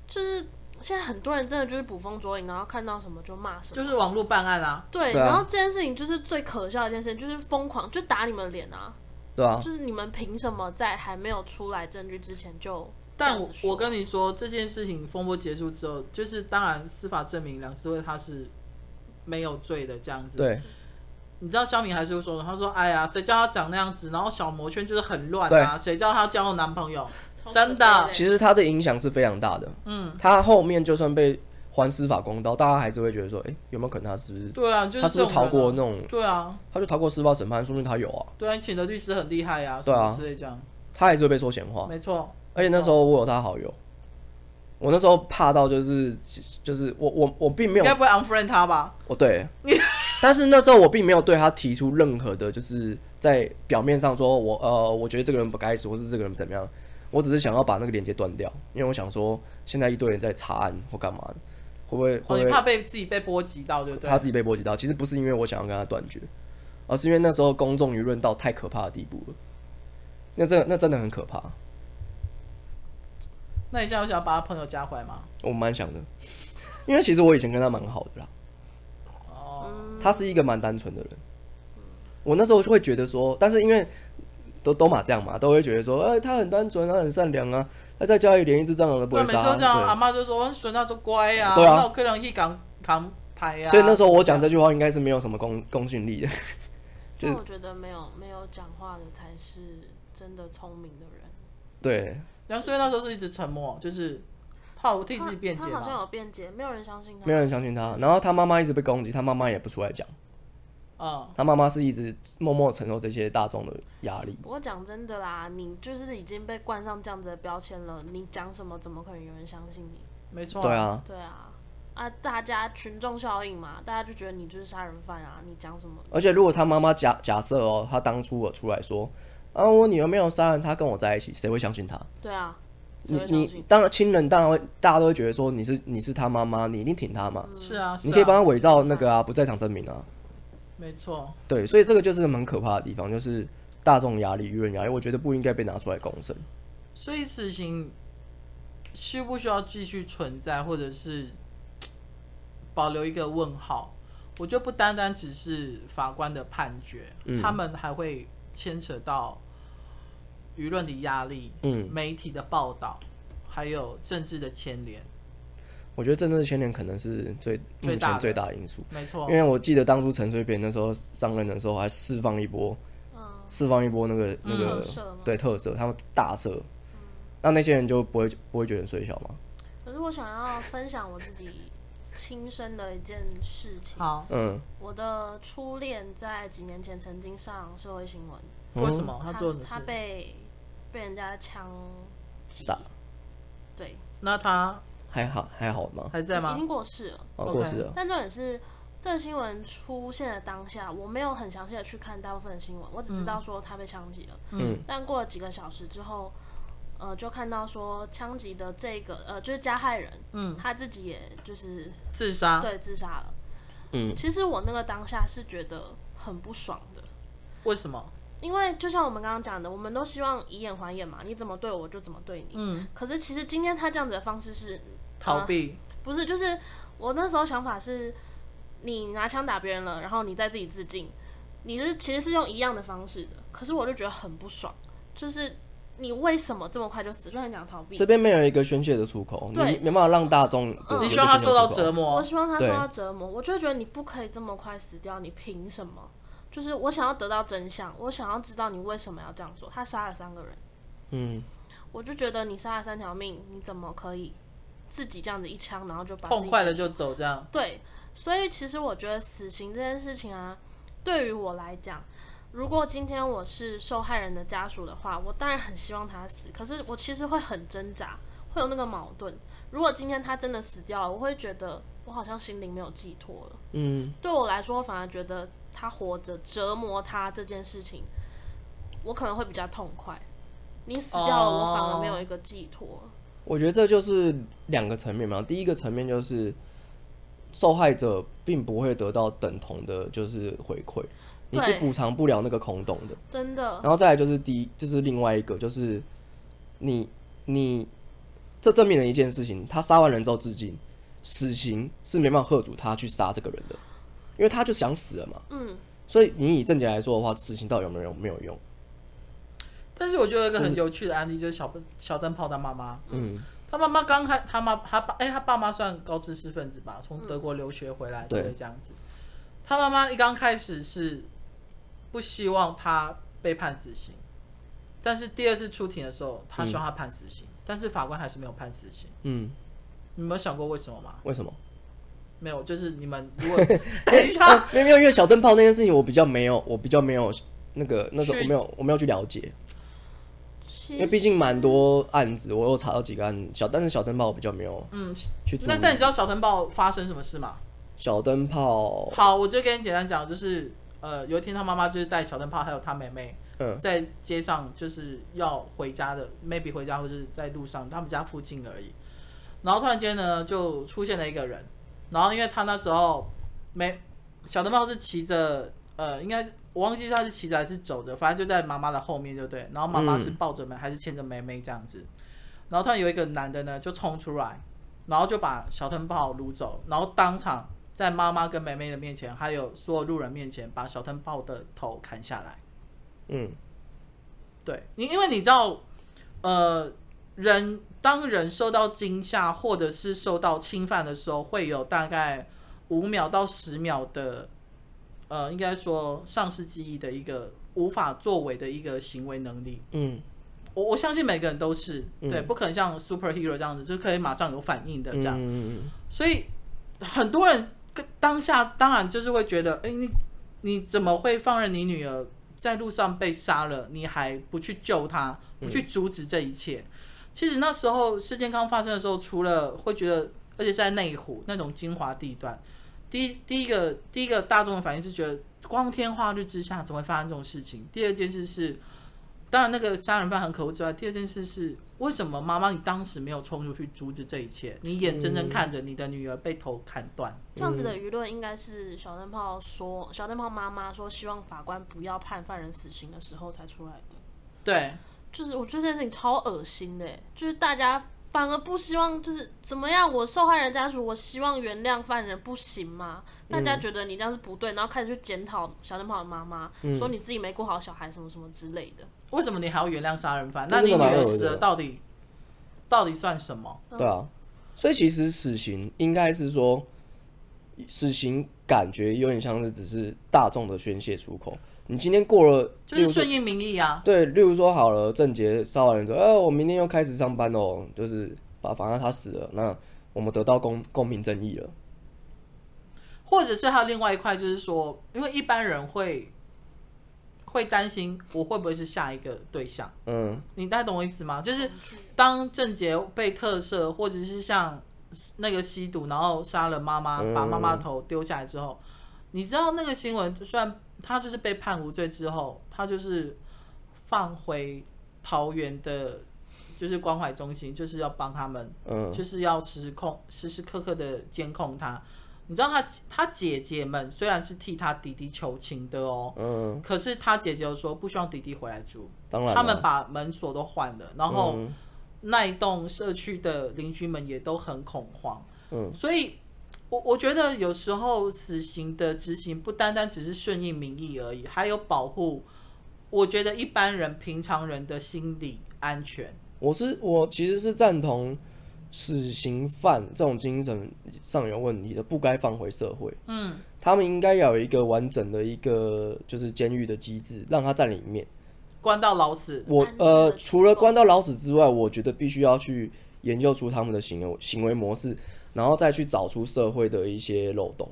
就是现在很多人真的就是捕风捉影，然后看到什么就骂什么，
就是网络办案啦，
对。
对啊
然后这件事情就是最可笑的一件事情，就是疯狂就打你们脸啊！
对啊，
就是你们凭什么在还没有出来证据之前就这
但
样
我
子说？
我跟你说，这件事情风波结束之后，就是当然司法证明梁思慧她是没有罪的这样子。
对
你知道肖敏还是会说，她说：“哎呀，谁叫她长那样子？然后小魔圈就是很乱啊，谁叫她交了男朋友？
超
真
可
的
悲
其实他的影响是非常大的。
嗯，
他后面就算被还司法公道，大家还是会觉得说，哎、有没有可能他是不是
对啊，就是
他是不
这
是
种
逃过
人
那
啊
种，
对啊，
他就逃过司法审判，说明他有啊，
对啊，你请的律师很厉害呀、啊，什
对啊哦
么之类这样，
他还是会被说闲话。
没错，
而且那时候我有他好友，我那时候怕到就是就是我我我并没
应
有
该不会 unfriend 他吧？
哦， 对，但是那时候我并没有对他提出任何的，就是在表面上说我呃，我觉得这个人不该死，或是这个人怎么样，我只是想要把那个连接断掉，因为我想说现在一堆人在查案或干嘛的，会不会
哦，
会
你
不
怕
会
被自己被波及到，对不对
他？自己被波及到？其实不是因为我想要跟他断绝，而是因为那时候公众舆论到太可怕的地步了，那真的那真的很可怕，
那你现在有想要把他朋友加回来吗？
我蛮想的，因为其实我以前跟他蛮好的啦。
哦，
他是一个蛮单纯的人。我那时候就会觉得说，但是因为都都嘛这样嘛，都会觉得说，哎、他很单纯，他很善良啊，他在家里连一只蟑螂都不
对，
会
每
杀
次都这样，阿
啊。
妈就说哦孙那就乖呀、
对啊
那我可能去扛扛啊台呀、
对所以那时候我讲这句话应该是没有什么公公信力的。就
但我觉得没有没有讲话的才是真的聪明的人。
对，
梁思慧那时候是一直沉默，就是他有替
他
自己辩解
他好像
嘛，
有辩解，没有人相信他。
没有人相信他。然后他妈妈一直被攻击，他妈妈也不出来讲，
嗯，
他妈妈是一直默默承受这些大众的压力。
不过讲真的啦，你就是已经被冠上这样子的标签了，你讲什么怎么可能有人相信你？
没错，
对，啊，
对啊，啊，大家群众效应嘛，大家就觉得你就是杀人犯啊，你讲什么？
而且如果他妈妈假假设哦，他当初我出来说，啊，我女儿没有杀人，她跟我在一起，谁会相信他？
对啊，谁
你
会相
你
信？
当然亲人当然会，大家都会觉得说你是你是他妈妈，你一定挺他嘛。
是啊，是啊
你可以帮他伪造那个啊不在场证明啊，
没错，
对，所以这个就是很可怕的地方，就是大众压力、舆论压力，我觉得不应该被拿出来公审。
所以死刑需不需要继续存在，或者是保留一个问号？我觉得不单单只是法官的判决，
嗯
他们还会牵扯到舆论的压力、
嗯，
媒体的报道，还有政治的牵连。
我觉得政治牵连可能是最目
最大
前
的
最大的因素，
没错
因，为我记得当初陈水扁那时候上任的时候还释放一波
嗯，
释放一波那个那
特
个
色吗嗯
对特色，他们大色，那那些人就不会不会觉得很水小嘛？
可是我想要分享我自己亲身的一件事情。
好，
嗯，
我的初恋在几年前曾经上社会新闻，
哦
为什哦么他
他
做什么
他
事？
被被人家枪击
傻，
对，
那他
还好还好吗？
还在
已
吗？哦
经过世了。
啊，
OK
过世了，
但重点是，这个新闻出现的当下，我没有很详细的去看大部分的新闻，我只知
嗯
道说他被枪击了。
嗯，
但过了几个小时之后，呃，就看到说枪击的这个呃，就是加害人，
嗯，
他自己也就是
自杀。
对自杀了。
嗯，
其实我那个当下是觉得很不爽的，
为什么？
因为就像我们刚刚讲的，我们都希望以眼还眼嘛，你怎么对我就怎么对你。
嗯，
可是其实今天他这样子的方式是
逃避。
不是，就是我那时候想法是，你拿枪打别人了，然后你再自己自尽，你是其实是用一样的方式的，可是我就觉得很不爽，就是你为什么这么快就死？就很想逃避
这，边没有一个宣泄的出口，你
对
没办法让大众有
嗯
有
你
一个
希望他
宣泄
受到
出口
折
我
磨，
希望他受
对
到折磨，我就会觉得你不可以这么快死掉，你凭什么？就是我想要得到真相，我想要知道你为什么要这样做。他杀了三个人，
嗯，
我就觉得你杀了三条命，你怎么可以自己这样子一枪，然后就把自己
痛快了
结束
就走，这样。
对，所以其实我觉得死刑这件事情啊，对于我来讲，如果今天我是受害人的家属的话，我当然很希望他死，可是我其实会很挣扎，会有那个矛盾。如果今天他真的死掉了，我会觉得我好像心灵没有寄托了。
嗯，
对我来说，我反而觉得他活着折磨他这件事情，我可能会比较痛快。你死掉了，我反而
哦
没有一个寄托。
我觉得这就是两个层面嘛。第一个层面就是受害者并不会得到等同的，就是回馈，你是
对
补偿不了那个空洞的。
真的，
然后再来就是第一，就是另外一个，就是你你这证明了一件事情，他杀完人之后自尽，死刑是没办法喝阻他去杀这个人的，因为他就想死了嘛。
嗯，
所以你以正解来说的话，死刑到底有没有用？没有用。
但是我觉得有一个很有趣的案例，就是小小灯泡他妈妈，
嗯，
他妈妈刚开，他妈他爸，哎、他爸妈算高知识分子吧，从德国留学回来，
对
所以这样子。他妈妈一刚开始是不希望他被判死刑，但是第二次出庭的时候，他希望他判死刑，但是法官还是没有判死刑。
嗯，
你们有想过为什么吗？
为什么？
没有，就是你们 如果哎等一下，
啊没有没有，因为小灯泡那件事情，我比较没有，我比较没有那个那个，
去
我没有我没有去了解，
因
因为毕竟蛮多案子，我有查到几个案子，小但是小灯泡我比较没有
嗯，
去注
那
意。
但你知道小灯泡发生什么事吗？
小灯泡，
好，我就跟你简单讲，就是呃，有一天他妈妈就是带小灯泡还有他妹妹
嗯
在街上，就是要回家的，maybe 回家或是在路上，他们家附近而已。然后突然间呢，就出现了一个人，然后因为他那时候没小灯泡是骑着呃，应该是我忘记他是骑着还是走着，反正就在妈妈的后面，就对。然后妈妈是抱着妹、还是牵着妹妹这样子。然后突然有一个男的呢就冲出来，然后就把小灯泡掳走，然后当场在妈妈跟妹妹的面前，还有所有路人面前，把小灯泡的头砍下来。
嗯
对你，因为你知道，呃，人当人受到惊吓或者是受到侵犯的时候，会有大概五秒到十秒的，呃，应该说丧失记忆的一个无法作为的一个行为能力。
嗯
我我相信每个人都是，
嗯
对，不可能像 superhero 这样子，就可以马上有反应的这
嗯
样。
嗯
所以很多人跟当下当然就是会觉得，哎、你你怎么会放任你女儿在路上被杀了，你还不去救她，不去阻止这一切？其实那时候事件刚发生的时候，除了呃会觉得，而且是在内湖那种精华地段，第一第一个第一个大众的反应是觉得光天化日之下怎么会发生这种事情？第二件事是。当然，那个杀人犯很可恶之外，第二件事是为什么妈妈你当时没有冲出去阻止这一切？你眼睁睁看着你的女儿被头砍断，
这样子的舆论应该是小灯泡说，小灯泡妈妈说希望法官不要判犯人死刑的时候才出来的。
对，
就是我觉得这件事情超恶心的耶，欸就是大家反而不希望，就是怎么样，我受害人家属，我希望原谅犯人，不行吗？大家觉得你这样是不对，然后开始去检讨小灯泡的妈妈，说你自己没顾好小孩什么什么之类的。
为什么你还要原谅杀人犯？
这
那
真
你
的
女
蛮
儿
恶
死
的
了，到底到底算什么？
对啊，所以其实死刑应该是说，死刑感觉有点像是只是大众的宣泄出口。你今天过了，
就
例
是
如说
顺应民意啊。
对，例如说好了，郑杰杀完人之后，呃，我明天又开始上班哦，就是把反正他死了，那我们得到公公平正义了。
或者是还有另外一块，就是说，因为一般人会会担心我会不会是下一个对象，
嗯，
你大概懂我意思吗？就是当郑杰被特赦，或者是像那个吸毒，然后杀了妈妈，
嗯
把妈妈头丢下来之后，你知道那个新闻，虽然他就是被判无罪之后，他就是放回桃园的，就是关怀中心，就是要帮他们
嗯，
就是要时时控、时时刻刻的监控他。你知道他他姐姐们虽然是替他弟弟求情的哦，
嗯，
可是他姐姐又说不希望弟弟回来住，
当然啦，
他们把门锁都换了，然后
嗯
那一栋社区的邻居们也都很恐慌，
嗯，
所以我我觉得有时候死刑的执行不单单只是顺应民意而已，还有保护，我觉得一般人平常人的心理安全。
我是我其实是赞同死刑犯这种精神上有问题的，不该放回社会。
嗯，
他们应该要有一个完整的一个就是监狱的机制，让他在里面。
关到老死，
我
安置
呃，
的
除了
机构
关到老死之外，我觉得必须要去研究出他们的行为行为模式，然后再去找出社会的一些漏洞。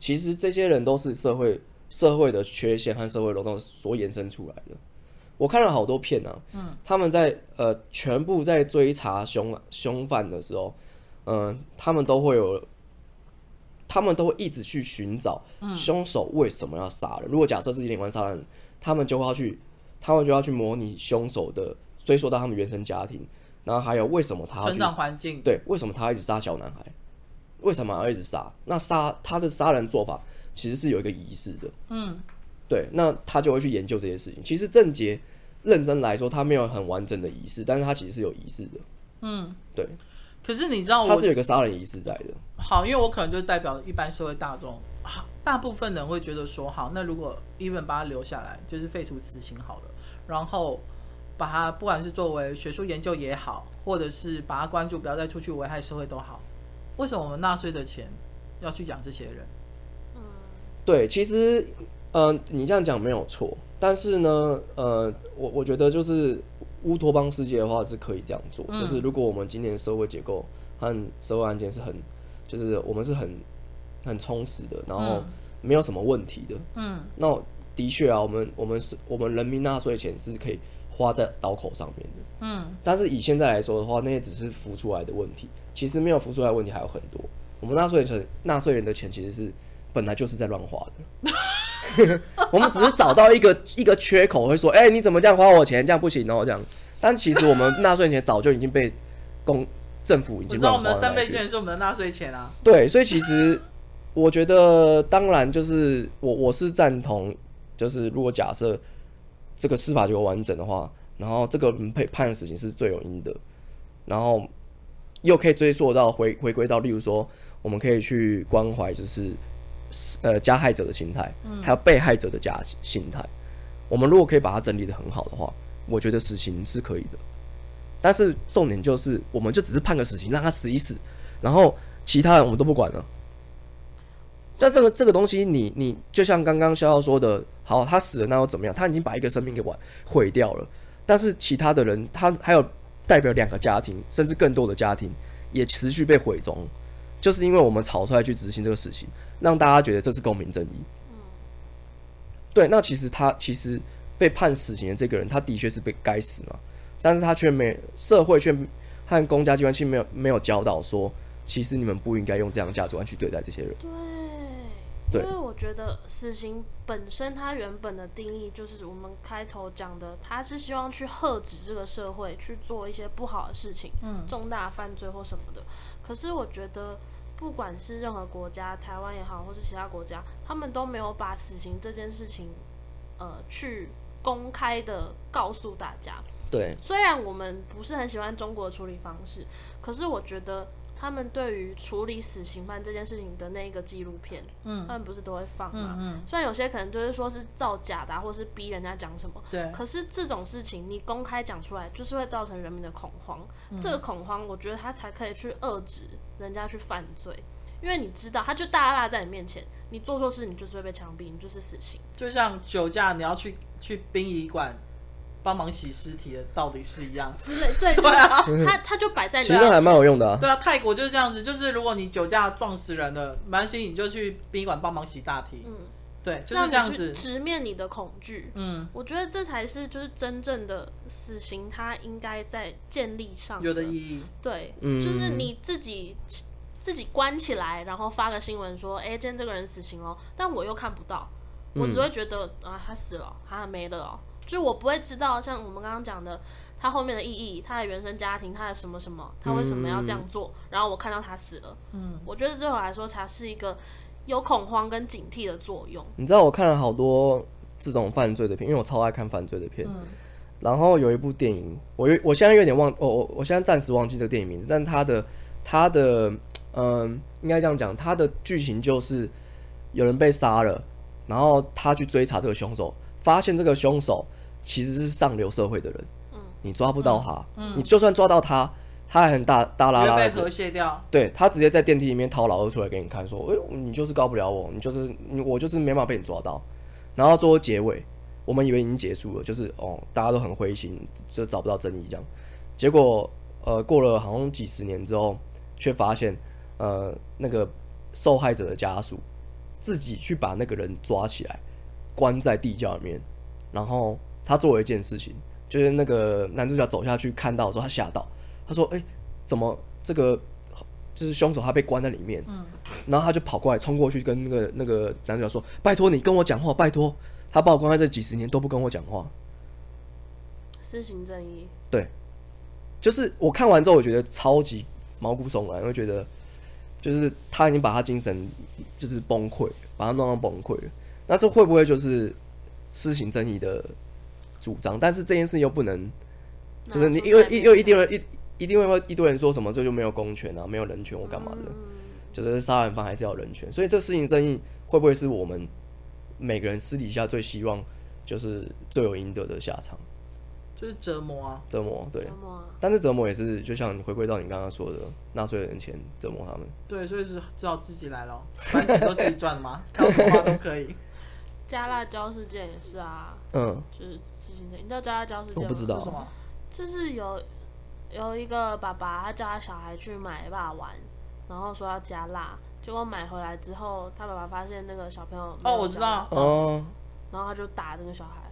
其实这些人都是社会社会的缺陷和社会漏洞所衍生出来的。我看了好多片啊，嗯，他们在呃全部在追查凶凶犯的时候，嗯、他们都会有，他们都会一直去寻找凶手为什么要杀人。如果假设是连环杀人，他们就会要去他们就要去模拟凶手的追溯到他们原生家庭，然后还有为什么他要
成
去
长环境，
对为什么他要一直杀小男孩，为什么要一直杀？那杀他的杀人做法其实是有一个仪式的，嗯，对，那他就会去研究这些事情。其实郑杰认真来说，他没有很完整的仪式，但是他其实是有仪式的，嗯，对，
可是你知道
他
我
是有一个杀人仪式在的，
好，因为我可能就代表一般社会大众，好大部分人会觉得说，好，那如果 even 把他留下来，就是废除死刑好了，然后把他不管是作为学术研究也好，或者是把他关注不要再出去危害社会都好，为什么我们纳税的钱要去养这些人？
对，其实，呃，你这样讲没有错，但是呢，呃，我我觉得就是乌托邦世界的话是可以这样做，就是如果我们今天的社会结构和社会案件是很，就是我们是很很充实的，然后没有什么问题的，
嗯，
那我的确啊，我们我们是我们人民纳税钱是可以花在刀口上面的，
嗯，
但是以现在来说的话，那些只是浮出来的问题，其实没有浮出来的问题还有很多。我们纳税人钱，纳税人的钱其实是本来就是在乱花的， 我们只是找到一个一个缺口，会说，哎、你怎么这样花我钱？这样不行哦，这样。但其实我们纳税人钱早就已经被公政府已
我
经
知
乱
道我
花
们的
了
三
那一
倍
句。
券是我们的纳税钱啊，
对，所以其实我觉得，当然就是我我是赞同，就是如果假设这个司法结果完整的话，然后这个人被判死刑是罪有应得，然后又可以追溯到回回归到，例如说，我们可以去关怀，就是呃加害者的心态，还有被害者的加心态。我们如果可以把它整理的很好的话，我觉得死刑是可以的。但是重点就是，我们就只是判个死刑，让他死一死，然后其他人我们都不管了。但这个这个东西你，你就像刚刚逍遥说的，好，他死了那又怎么样？他已经把一个生命给完毁掉了，但是其他的人，他还有代表两个家庭，甚至更多的家庭也持续被毁中，就是因为我们草率去执行这个事情，让大家觉得这是公平正义。对，那其实他其实被判死刑的这个人，他的确是被该死嘛，但是他却没社会却和公家机关其实没有没有教导说，其实你们不应该用这样的价值观去对待这些人。
对，因
对
为我觉得死刑本身它原本的定义就是我们开头讲的，它是希望去喝止这个社会去做一些不好的事情，嗯，重大犯罪或什么的。可是我觉得。不管是任何国家，台湾也好，或是其他国家，他们都没有把死刑这件事情，呃，去公开的告诉大家。
对，
虽然我们不是很喜欢中国的处理方式，可是我觉得他们对于处理死刑犯这件事情的那个纪录片，
嗯
他们不是都会放吗？
嗯嗯
虽然有些可能就是说是造假的、啊，或是逼人家讲什么，
对
可是这种事情你公开讲出来，就是会造成人民的恐慌。
嗯
这个恐慌，我觉得他才可以去遏制人家去犯罪，因为你知道，他就大辣在你面前，你做错事，你就是会被枪毙，你就是死刑。
就像酒驾你要去去殡仪馆帮忙洗尸体的道理是一样。
之类，对，就是他他就摆在你
啊其实那还蛮有用的啊。
对啊，泰国就是这样子，就是如果你酒驾撞死人了，没关系，你就去殡仪馆帮忙洗大体。
嗯，
对，就是
让
这样
你去
子。
直面你的恐惧。
嗯，
我觉得这才是就是真正的死刑，它应该在建立上
有的意义。
对，
嗯
就是你自己自己关起来，然后发个新闻说，哎、今天这个人死刑了，但我又看不到，
嗯
我只会觉得、啊，他死了，他没了哦，就是我不会知道，像我们刚刚讲的，他后面的意义，他的原生家庭，他的什么什么，他为什么
嗯
要这样做，然后我看到他死了，嗯，我觉得对我来说才是一个有恐慌跟警惕的作用，
你知道我看了好多这种犯罪的片，因为我超爱看犯罪的片。
嗯
然后有一部电影，我有我现在有点忘，我、我我现在暂时忘记这个电影名字，但它的它的嗯、应该这样讲，它的剧情就是有人被杀了，然后他去追查这个凶手，发现这个凶手其实是上流社会的人，
嗯
你抓不到他，你就算抓到他，他还很大大
你
拉
会
拉
嗯被
的
和谐掉。
对他直接在电梯里面掏老二出来给你看，说：“哎、你就是告不了我，你就是你我就是没办法被你抓到。”然后最后结尾，我们以为已经结束了，就是哦，大家都很灰心，就找不到正义这样。结果呃，过了好像几十年之后，却发现呃，那个受害者的家属自己去把那个人抓起来，关在地窖里面，然后他做了一件事情，就是那个男主角走下去看到的时候，他吓到，他说：“哎、怎么这个就是凶手他被关在里面？”嗯，然后他就跑过来冲过去跟那个那个男主角说：“拜托你跟我讲话，拜托！他把我关在这几十年都不跟我讲话。
私刑正义，”
就是我看完之后，我觉得超级毛骨悚然，我觉得就是他已经把他精神就是崩溃，把他弄到崩溃了。那这会不会就是施行正义的主张？但是这件事又不能嗯就是你因为一又一定有人一一定会有一堆人说什么这就没有公权啊，没有人权，我干
嗯
嘛的？就是杀人犯还是要人权，所以这事情正义会不会是我们每个人私底下最希望就是罪有应得的下场
就是折磨啊，
折磨？对
折，磨啊
但是折磨也是就像你回归到你刚刚说的，纳税人的钱折磨他们。
对，所以是只好自己来 咯，反正钱都自己赚嘛， 靠什么话都可以。
加辣椒事件也是啊，
嗯，
就是私刑正义，你知道加辣椒事件吗？
我不知道
为什么？
就是有有一个爸爸，他叫他小孩去买辣丸，然后说要加辣，结果买回来之后，他爸爸发现那个小朋友没有
哦我知
加辣
道
哦
然后他就打那个小孩。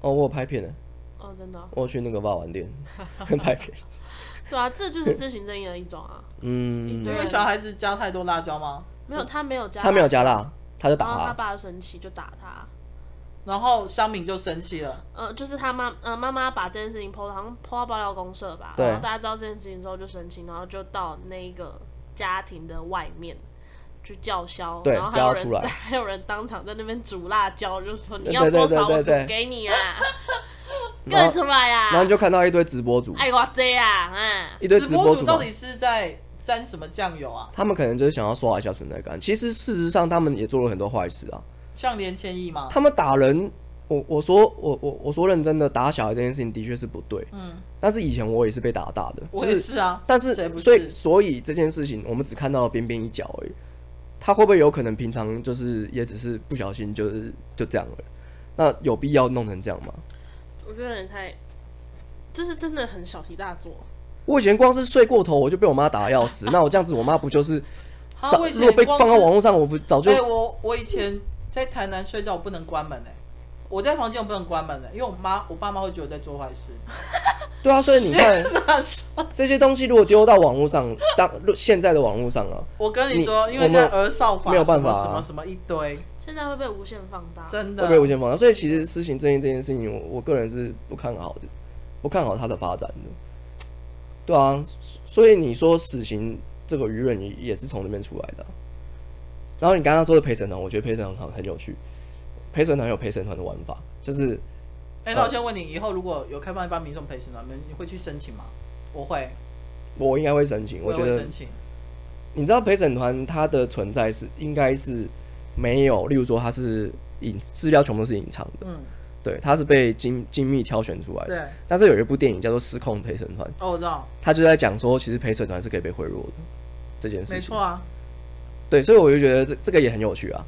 哦，我有拍片的，
哦，真的哦、
我有去那个霸王店拍片。
对啊，这就是私刑正义的一种啊。
嗯，
因为小孩子加太多辣椒吗？
没 有，他没有加，
他没有，加辣，他就
然后
打
哦他
他。
爸就生气就打他。
然后香敏就生气了，
呃，就是他妈呃妈妈把这件事情 PO 好像 PO 到爆料公社吧，
对
然后大家知道这件事情之后就生气，然后就到那个家庭的外面去叫嚣，
对
然后还有
叫他出
人
来
在还有人当场在那边煮辣椒，就说你
对
要
对
多
对
少
对
我煮
对
给你啊，给
然
我
后
出来
然后
啊
你，就看到一堆直播主，
爱我这啊，嗯，
一堆直播
播
主
主
嘛
到底是在沾什么酱油啊？
他们可能就是想要刷一下存在感。其实事实上，他们也做了很多坏事啊。
像连千亿吗？
他们打人，我我说我我我说认真的，打小孩这件事情的确是不对。
嗯，
但是以前我也是被打大的，
我
就
也是啊，
但
谁
是
不
所以
是
所以这件事情，我们只看到了边边一角而已。他会不会有可能平常就是也只是不小心就是就这样了？那有必要弄成这样吗？
我觉得有点太，就是真的很小题大做，
我以前光是睡过头，我就被我妈打得要死。那我这样子，我妈不就是
好
早
我以
如
前
果被
光
放到
是
网络上，我不早就
对哎我我以前在台南睡觉，我不能关门哎、我在房间我不能关门的、欸因为我妈我爸妈会觉得我在做坏事。
对啊？所以你看
是啊，
这些东西，如果丢到网络上，当现在的网络上啊，
我跟你说，
你
因为
我
现
们
在儿少法
没有办法啊
什么什么什么一堆，
现在会被无限放大，
真
会被无
的。
限放大。所以其实施行正义这件事情，我我个人是不看好的，不看好它的发展的。对啊，所以你说死刑这个舆论也也是从那边出来的啊、然后你刚刚说的陪审团，我觉得陪审团很很有趣，陪审团有陪审团的玩法，就是
哎，那我先问你，以后如果有开放一般民众陪审团，你们你会去申请吗？我会，
我应该会申请。我
也
觉
会
得
申请。
你知道陪审团它的存在是应该是没有，例如说它是隐资料全部都是隐藏的，
嗯，
对，它是被精精密挑选出来的。
对，
但是有一部电影叫做《失控陪审团》，
哦，我知道，
他就在讲说，其实陪审团是可以被贿赂的这件事
没
情
错。啊，
对，所以我就觉得这这个也很有趣啊。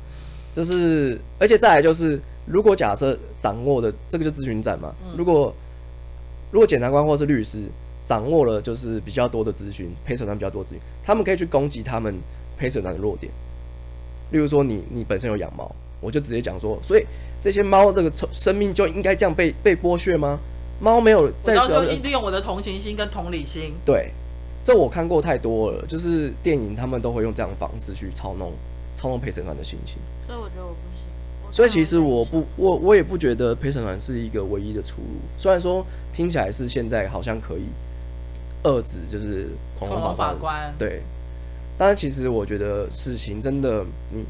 就是，而且再来就是，如果假设掌握的这个就咨询站嘛，
嗯
如果如果检察官或是律师掌握了就是比较多的咨询，陪审团比较多咨询，他们可以去攻击他们陪审团的弱点。例如说你你本身有养猫，我就直接讲说，所以这些猫这个生生命就应该这样被被剥削吗？猫没有
我
在
到时候
责任
利用我的同情心跟同理心，
对，这我看过太多了，就是电影他们都会用这样的方式去操弄操弄陪审团的心情。
所以我觉得我不行。我
所以
看
其
完
实
再
我
想
不，我我也不觉得陪审团是一个唯一的出路。虽然说听起来是现在好像可以遏制，就是恐
恐
龙
龙
法
法
官
官，
对，但是其实我觉得死刑真的，你，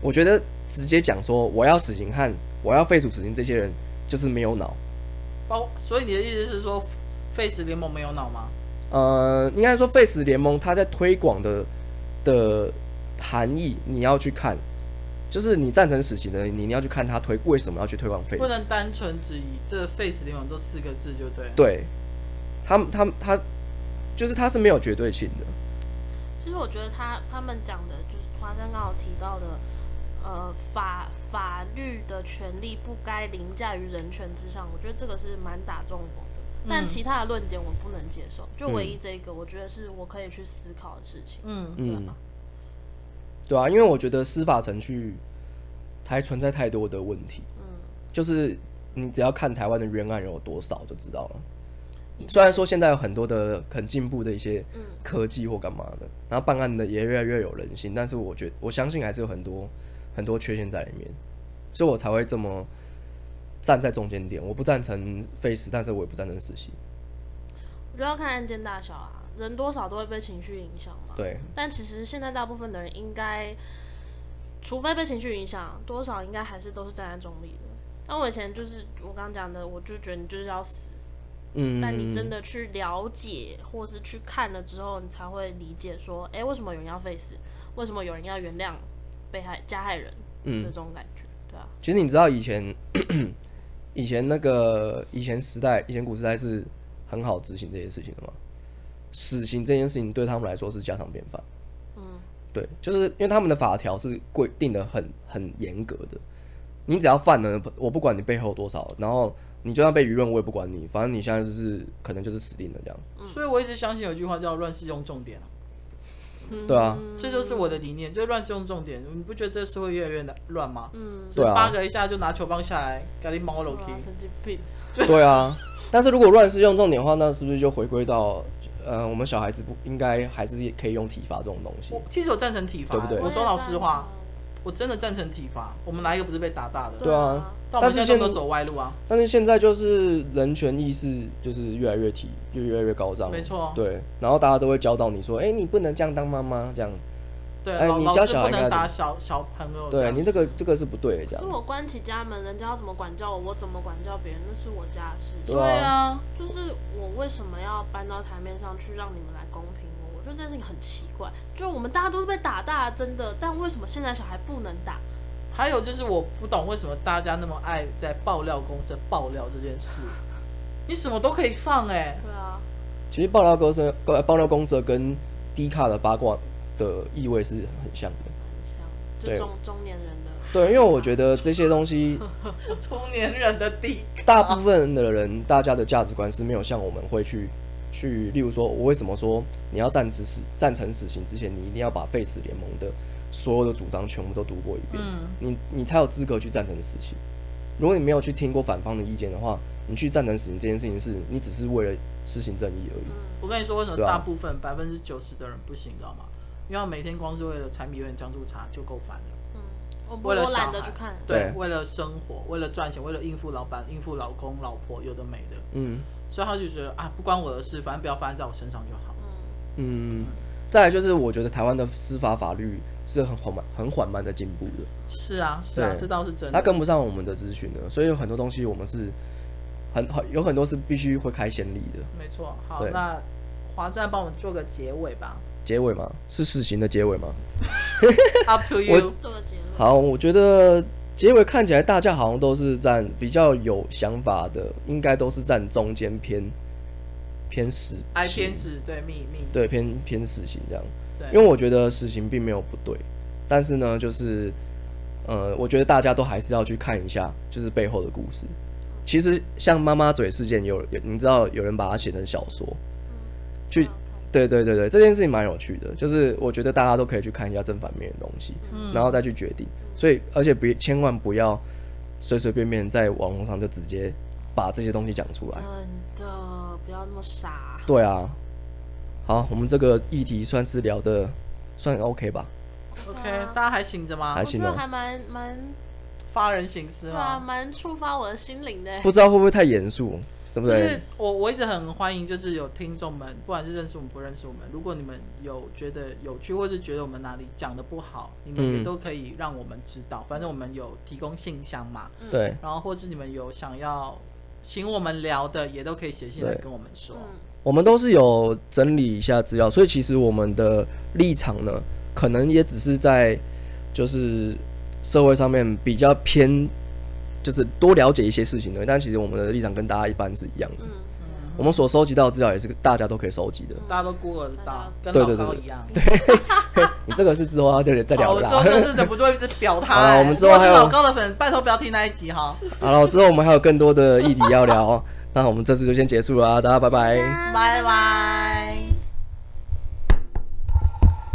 我觉得直接讲说我要死刑和我要废除死刑，这些人就是没有脑。
包。所以你的意思是说，Face 联盟没有脑吗？
呃，应该说 Face 联盟它在推广的的含义，你要去看，就是你赞成死刑的人，你你要去看他推为什么要去推广
不能
Face。
单纯只以这 Face 联盟这四个字就对。
对，他们他们他就是他是没有绝对性的，
其实我觉得他他们讲的就是华生刚好提到的，呃，法法律的权利不该凌驾于人权之上，我觉得这个是蛮打中我的。但
嗯
其他的论点我不能接受，就唯
嗯
一这一个，我觉得是我可以去思考的事情。
嗯，
嗯
对啊，
对啊，因为我觉得司法程序还存在太多的问题，
嗯，
就是你只要看台湾的冤案有多少就知道了。虽然说现在有很多的很进步的一些
嗯
科技或干嘛的，然后办案的也越来越有人性，但是我觉我相信还是有很多很多缺陷在里面，所以我才会这么站在中间点。我不赞成 face，但是我也不赞成死刑。
我觉得要看案件大小啊，人多少都会被情绪影响嘛。
对，
但其实现在大部分的人应该，除非被情绪影响，多少应该还是都是站在中立的。但我以前就是我刚讲的，我就觉得你就是要死，
嗯，
但你真的去了解或是去看了之后，你才会理解说，哎、为什么有人要 face，为什么有人要原谅被害加害人、
嗯
这种感觉，对啊，
其实你知道以前 以前那个以前时代，以前古时代是很好执行这些事情的吗？死刑这件事情对他们来说是家常便饭。
嗯，
对，就是因为他们的法条是规定的很很严格的，你只要犯了，我不管你背后有多少，然后你就算被舆论，我也不管你，反正你现在就是可能就是死定了这样。
嗯所以我一直相信有一句话叫“乱世用重点”啊
对啊，
嗯
这就是我的理念，就是乱世用重点。你不觉得这个社会越来越乱吗？
嗯，
十
对啊
八个一下就拿球棒下来，给你猫楼
对
梯。
啊神经病，
对啊。但是如果乱世用重点的话，那是不是就回归到，呃，我们小孩子不应该还是可以用体罚这种东西
我？其实我赞成体罚、
对不对
我说老实话，
我
我真的赞成体罚。我们哪一个不是被打大的？
也赞成，
对啊
但我
但
们
是
现在都
现
走歪路啊。
但是现在就是人权意识就是越来越提，越越来越高涨，
没错
对，然后大家都会教导你说，哎、你不能这样当妈妈，这样，
对，
哎
老
你
老
教
师
小孩
不
应该
能打
怎
小小朋友哦这
对
样。
你这个这个是不对的，这
是
样。
我关起家门，人家要怎么管教我，我怎么管教别人，那是我家的事情。
对啊
对啊，
就是我为什么要搬到台面上去让你们来公平我？我觉得这件事情很奇怪。就我们大家都是被打大，真的，但为什么现在小孩不能打？
还有就是我不懂为什么大家那么爱在爆料公司爆料这件事。你什么都可以放哎、
对啊，
其实爆料公社、呃爆料公社跟低卡的八卦的意味是很像的。
很像，就
对
中中年人的。
对，因为我觉得这些东 西，
中年人的地
大部分的人大家的价值观是没有像我们会去去，例如说，我为什么说你要赞成死赞成死刑之前，你一定要把 Face 联盟的所有的主张全部都读过一遍，
嗯
你你才有资格去赞成死刑。如果你没有去听过反方的意见的话，你去赞成死刑这件事情是，你只是为了施行正义而已。
我跟你说，为什么
对啊
大部分百分之九十的人不行，你知道吗？因为他每天光是为了柴米油盐酱醋茶就够烦了。
嗯，我不
为了
我
小
懒
孩
得去看。
对
对，
为了生活，为了赚钱，为了应付老板、应付老公、老婆，有的没的，
嗯。
所以他就觉得啊，不关我的事，反正不要发生在我身上就好。
嗯，
嗯，再来就是我觉得台湾的司法法律是很缓慢、很缓慢的进步的，
是啊，是啊，
对
这倒是真
它
的。
跟不上我们的资讯的，所以有很多东西我们是很很有很多是必须会开先例的。
没错。好，
对
那华站帮我们做个结尾 吧
结尾嘛，是死刑的结尾吗？
，Up to you。
做个结论。
好，我觉得结尾看起来大家好像都是站比较有想法的，应该都是站中间偏偏死刑，
I 哎偏执对秘密，
对偏偏死刑这样。
对
因为我觉得死刑并没有不对，但是呢，就是呃，我觉得大家都还是要去看一下，就是背后的故事。其实像妈妈嘴事件有，有你知道有人把它写成小说，
嗯
去对对对对，这件事情蛮有趣的，就是我觉得大家都可以去看一下正反面的东西，
嗯
然后再去决定。所以，而且别千万不要随随便便在网络上就直接把这些东西讲出来
真。的不要那么傻。
对啊，好，我们这个议题算是聊的算 OK 吧，
OK，
对啊
大家还醒着吗
还？
我觉
行
得
哦。
还蛮蛮
发人省思
对啊，
吗？
蛮触发我的心灵的。
不知道会不会太严肃，对不
哎就
对？
是我我一直很欢迎，就是有听众们，不管是认识我们不认识我们，如果你们有觉得有趣，或是觉得我们哪里讲的不好，你们
嗯
也都可以让我们知道。反正我们有提供信箱嘛，
对
然后或是你们有想要请我们聊的，也都可以写信来
对
跟我们说。
嗯，
我们都是有整理一下资料，所以其实我们的立场呢，可能也只是在就是社会上面比较偏，就是多了解一些事情的，但其实我们的立场跟大家一般是一样的。
嗯，
我们所收集到的资料也是大家都可以收集的。
大家都 Google 得到，跟
对
老
对对
高
对
一样。
你这个是之后啊要再再
好，
聊
我
的
之
啦。
后就是忍不住一直表他、
好啦
欸
我们之后还有
如果是老高的粉，拜托不要听那一集哈。
好了，之后我们还哦有更多的议题要聊，那我们这次就先结束了啊，大家拜拜。
啊
拜拜。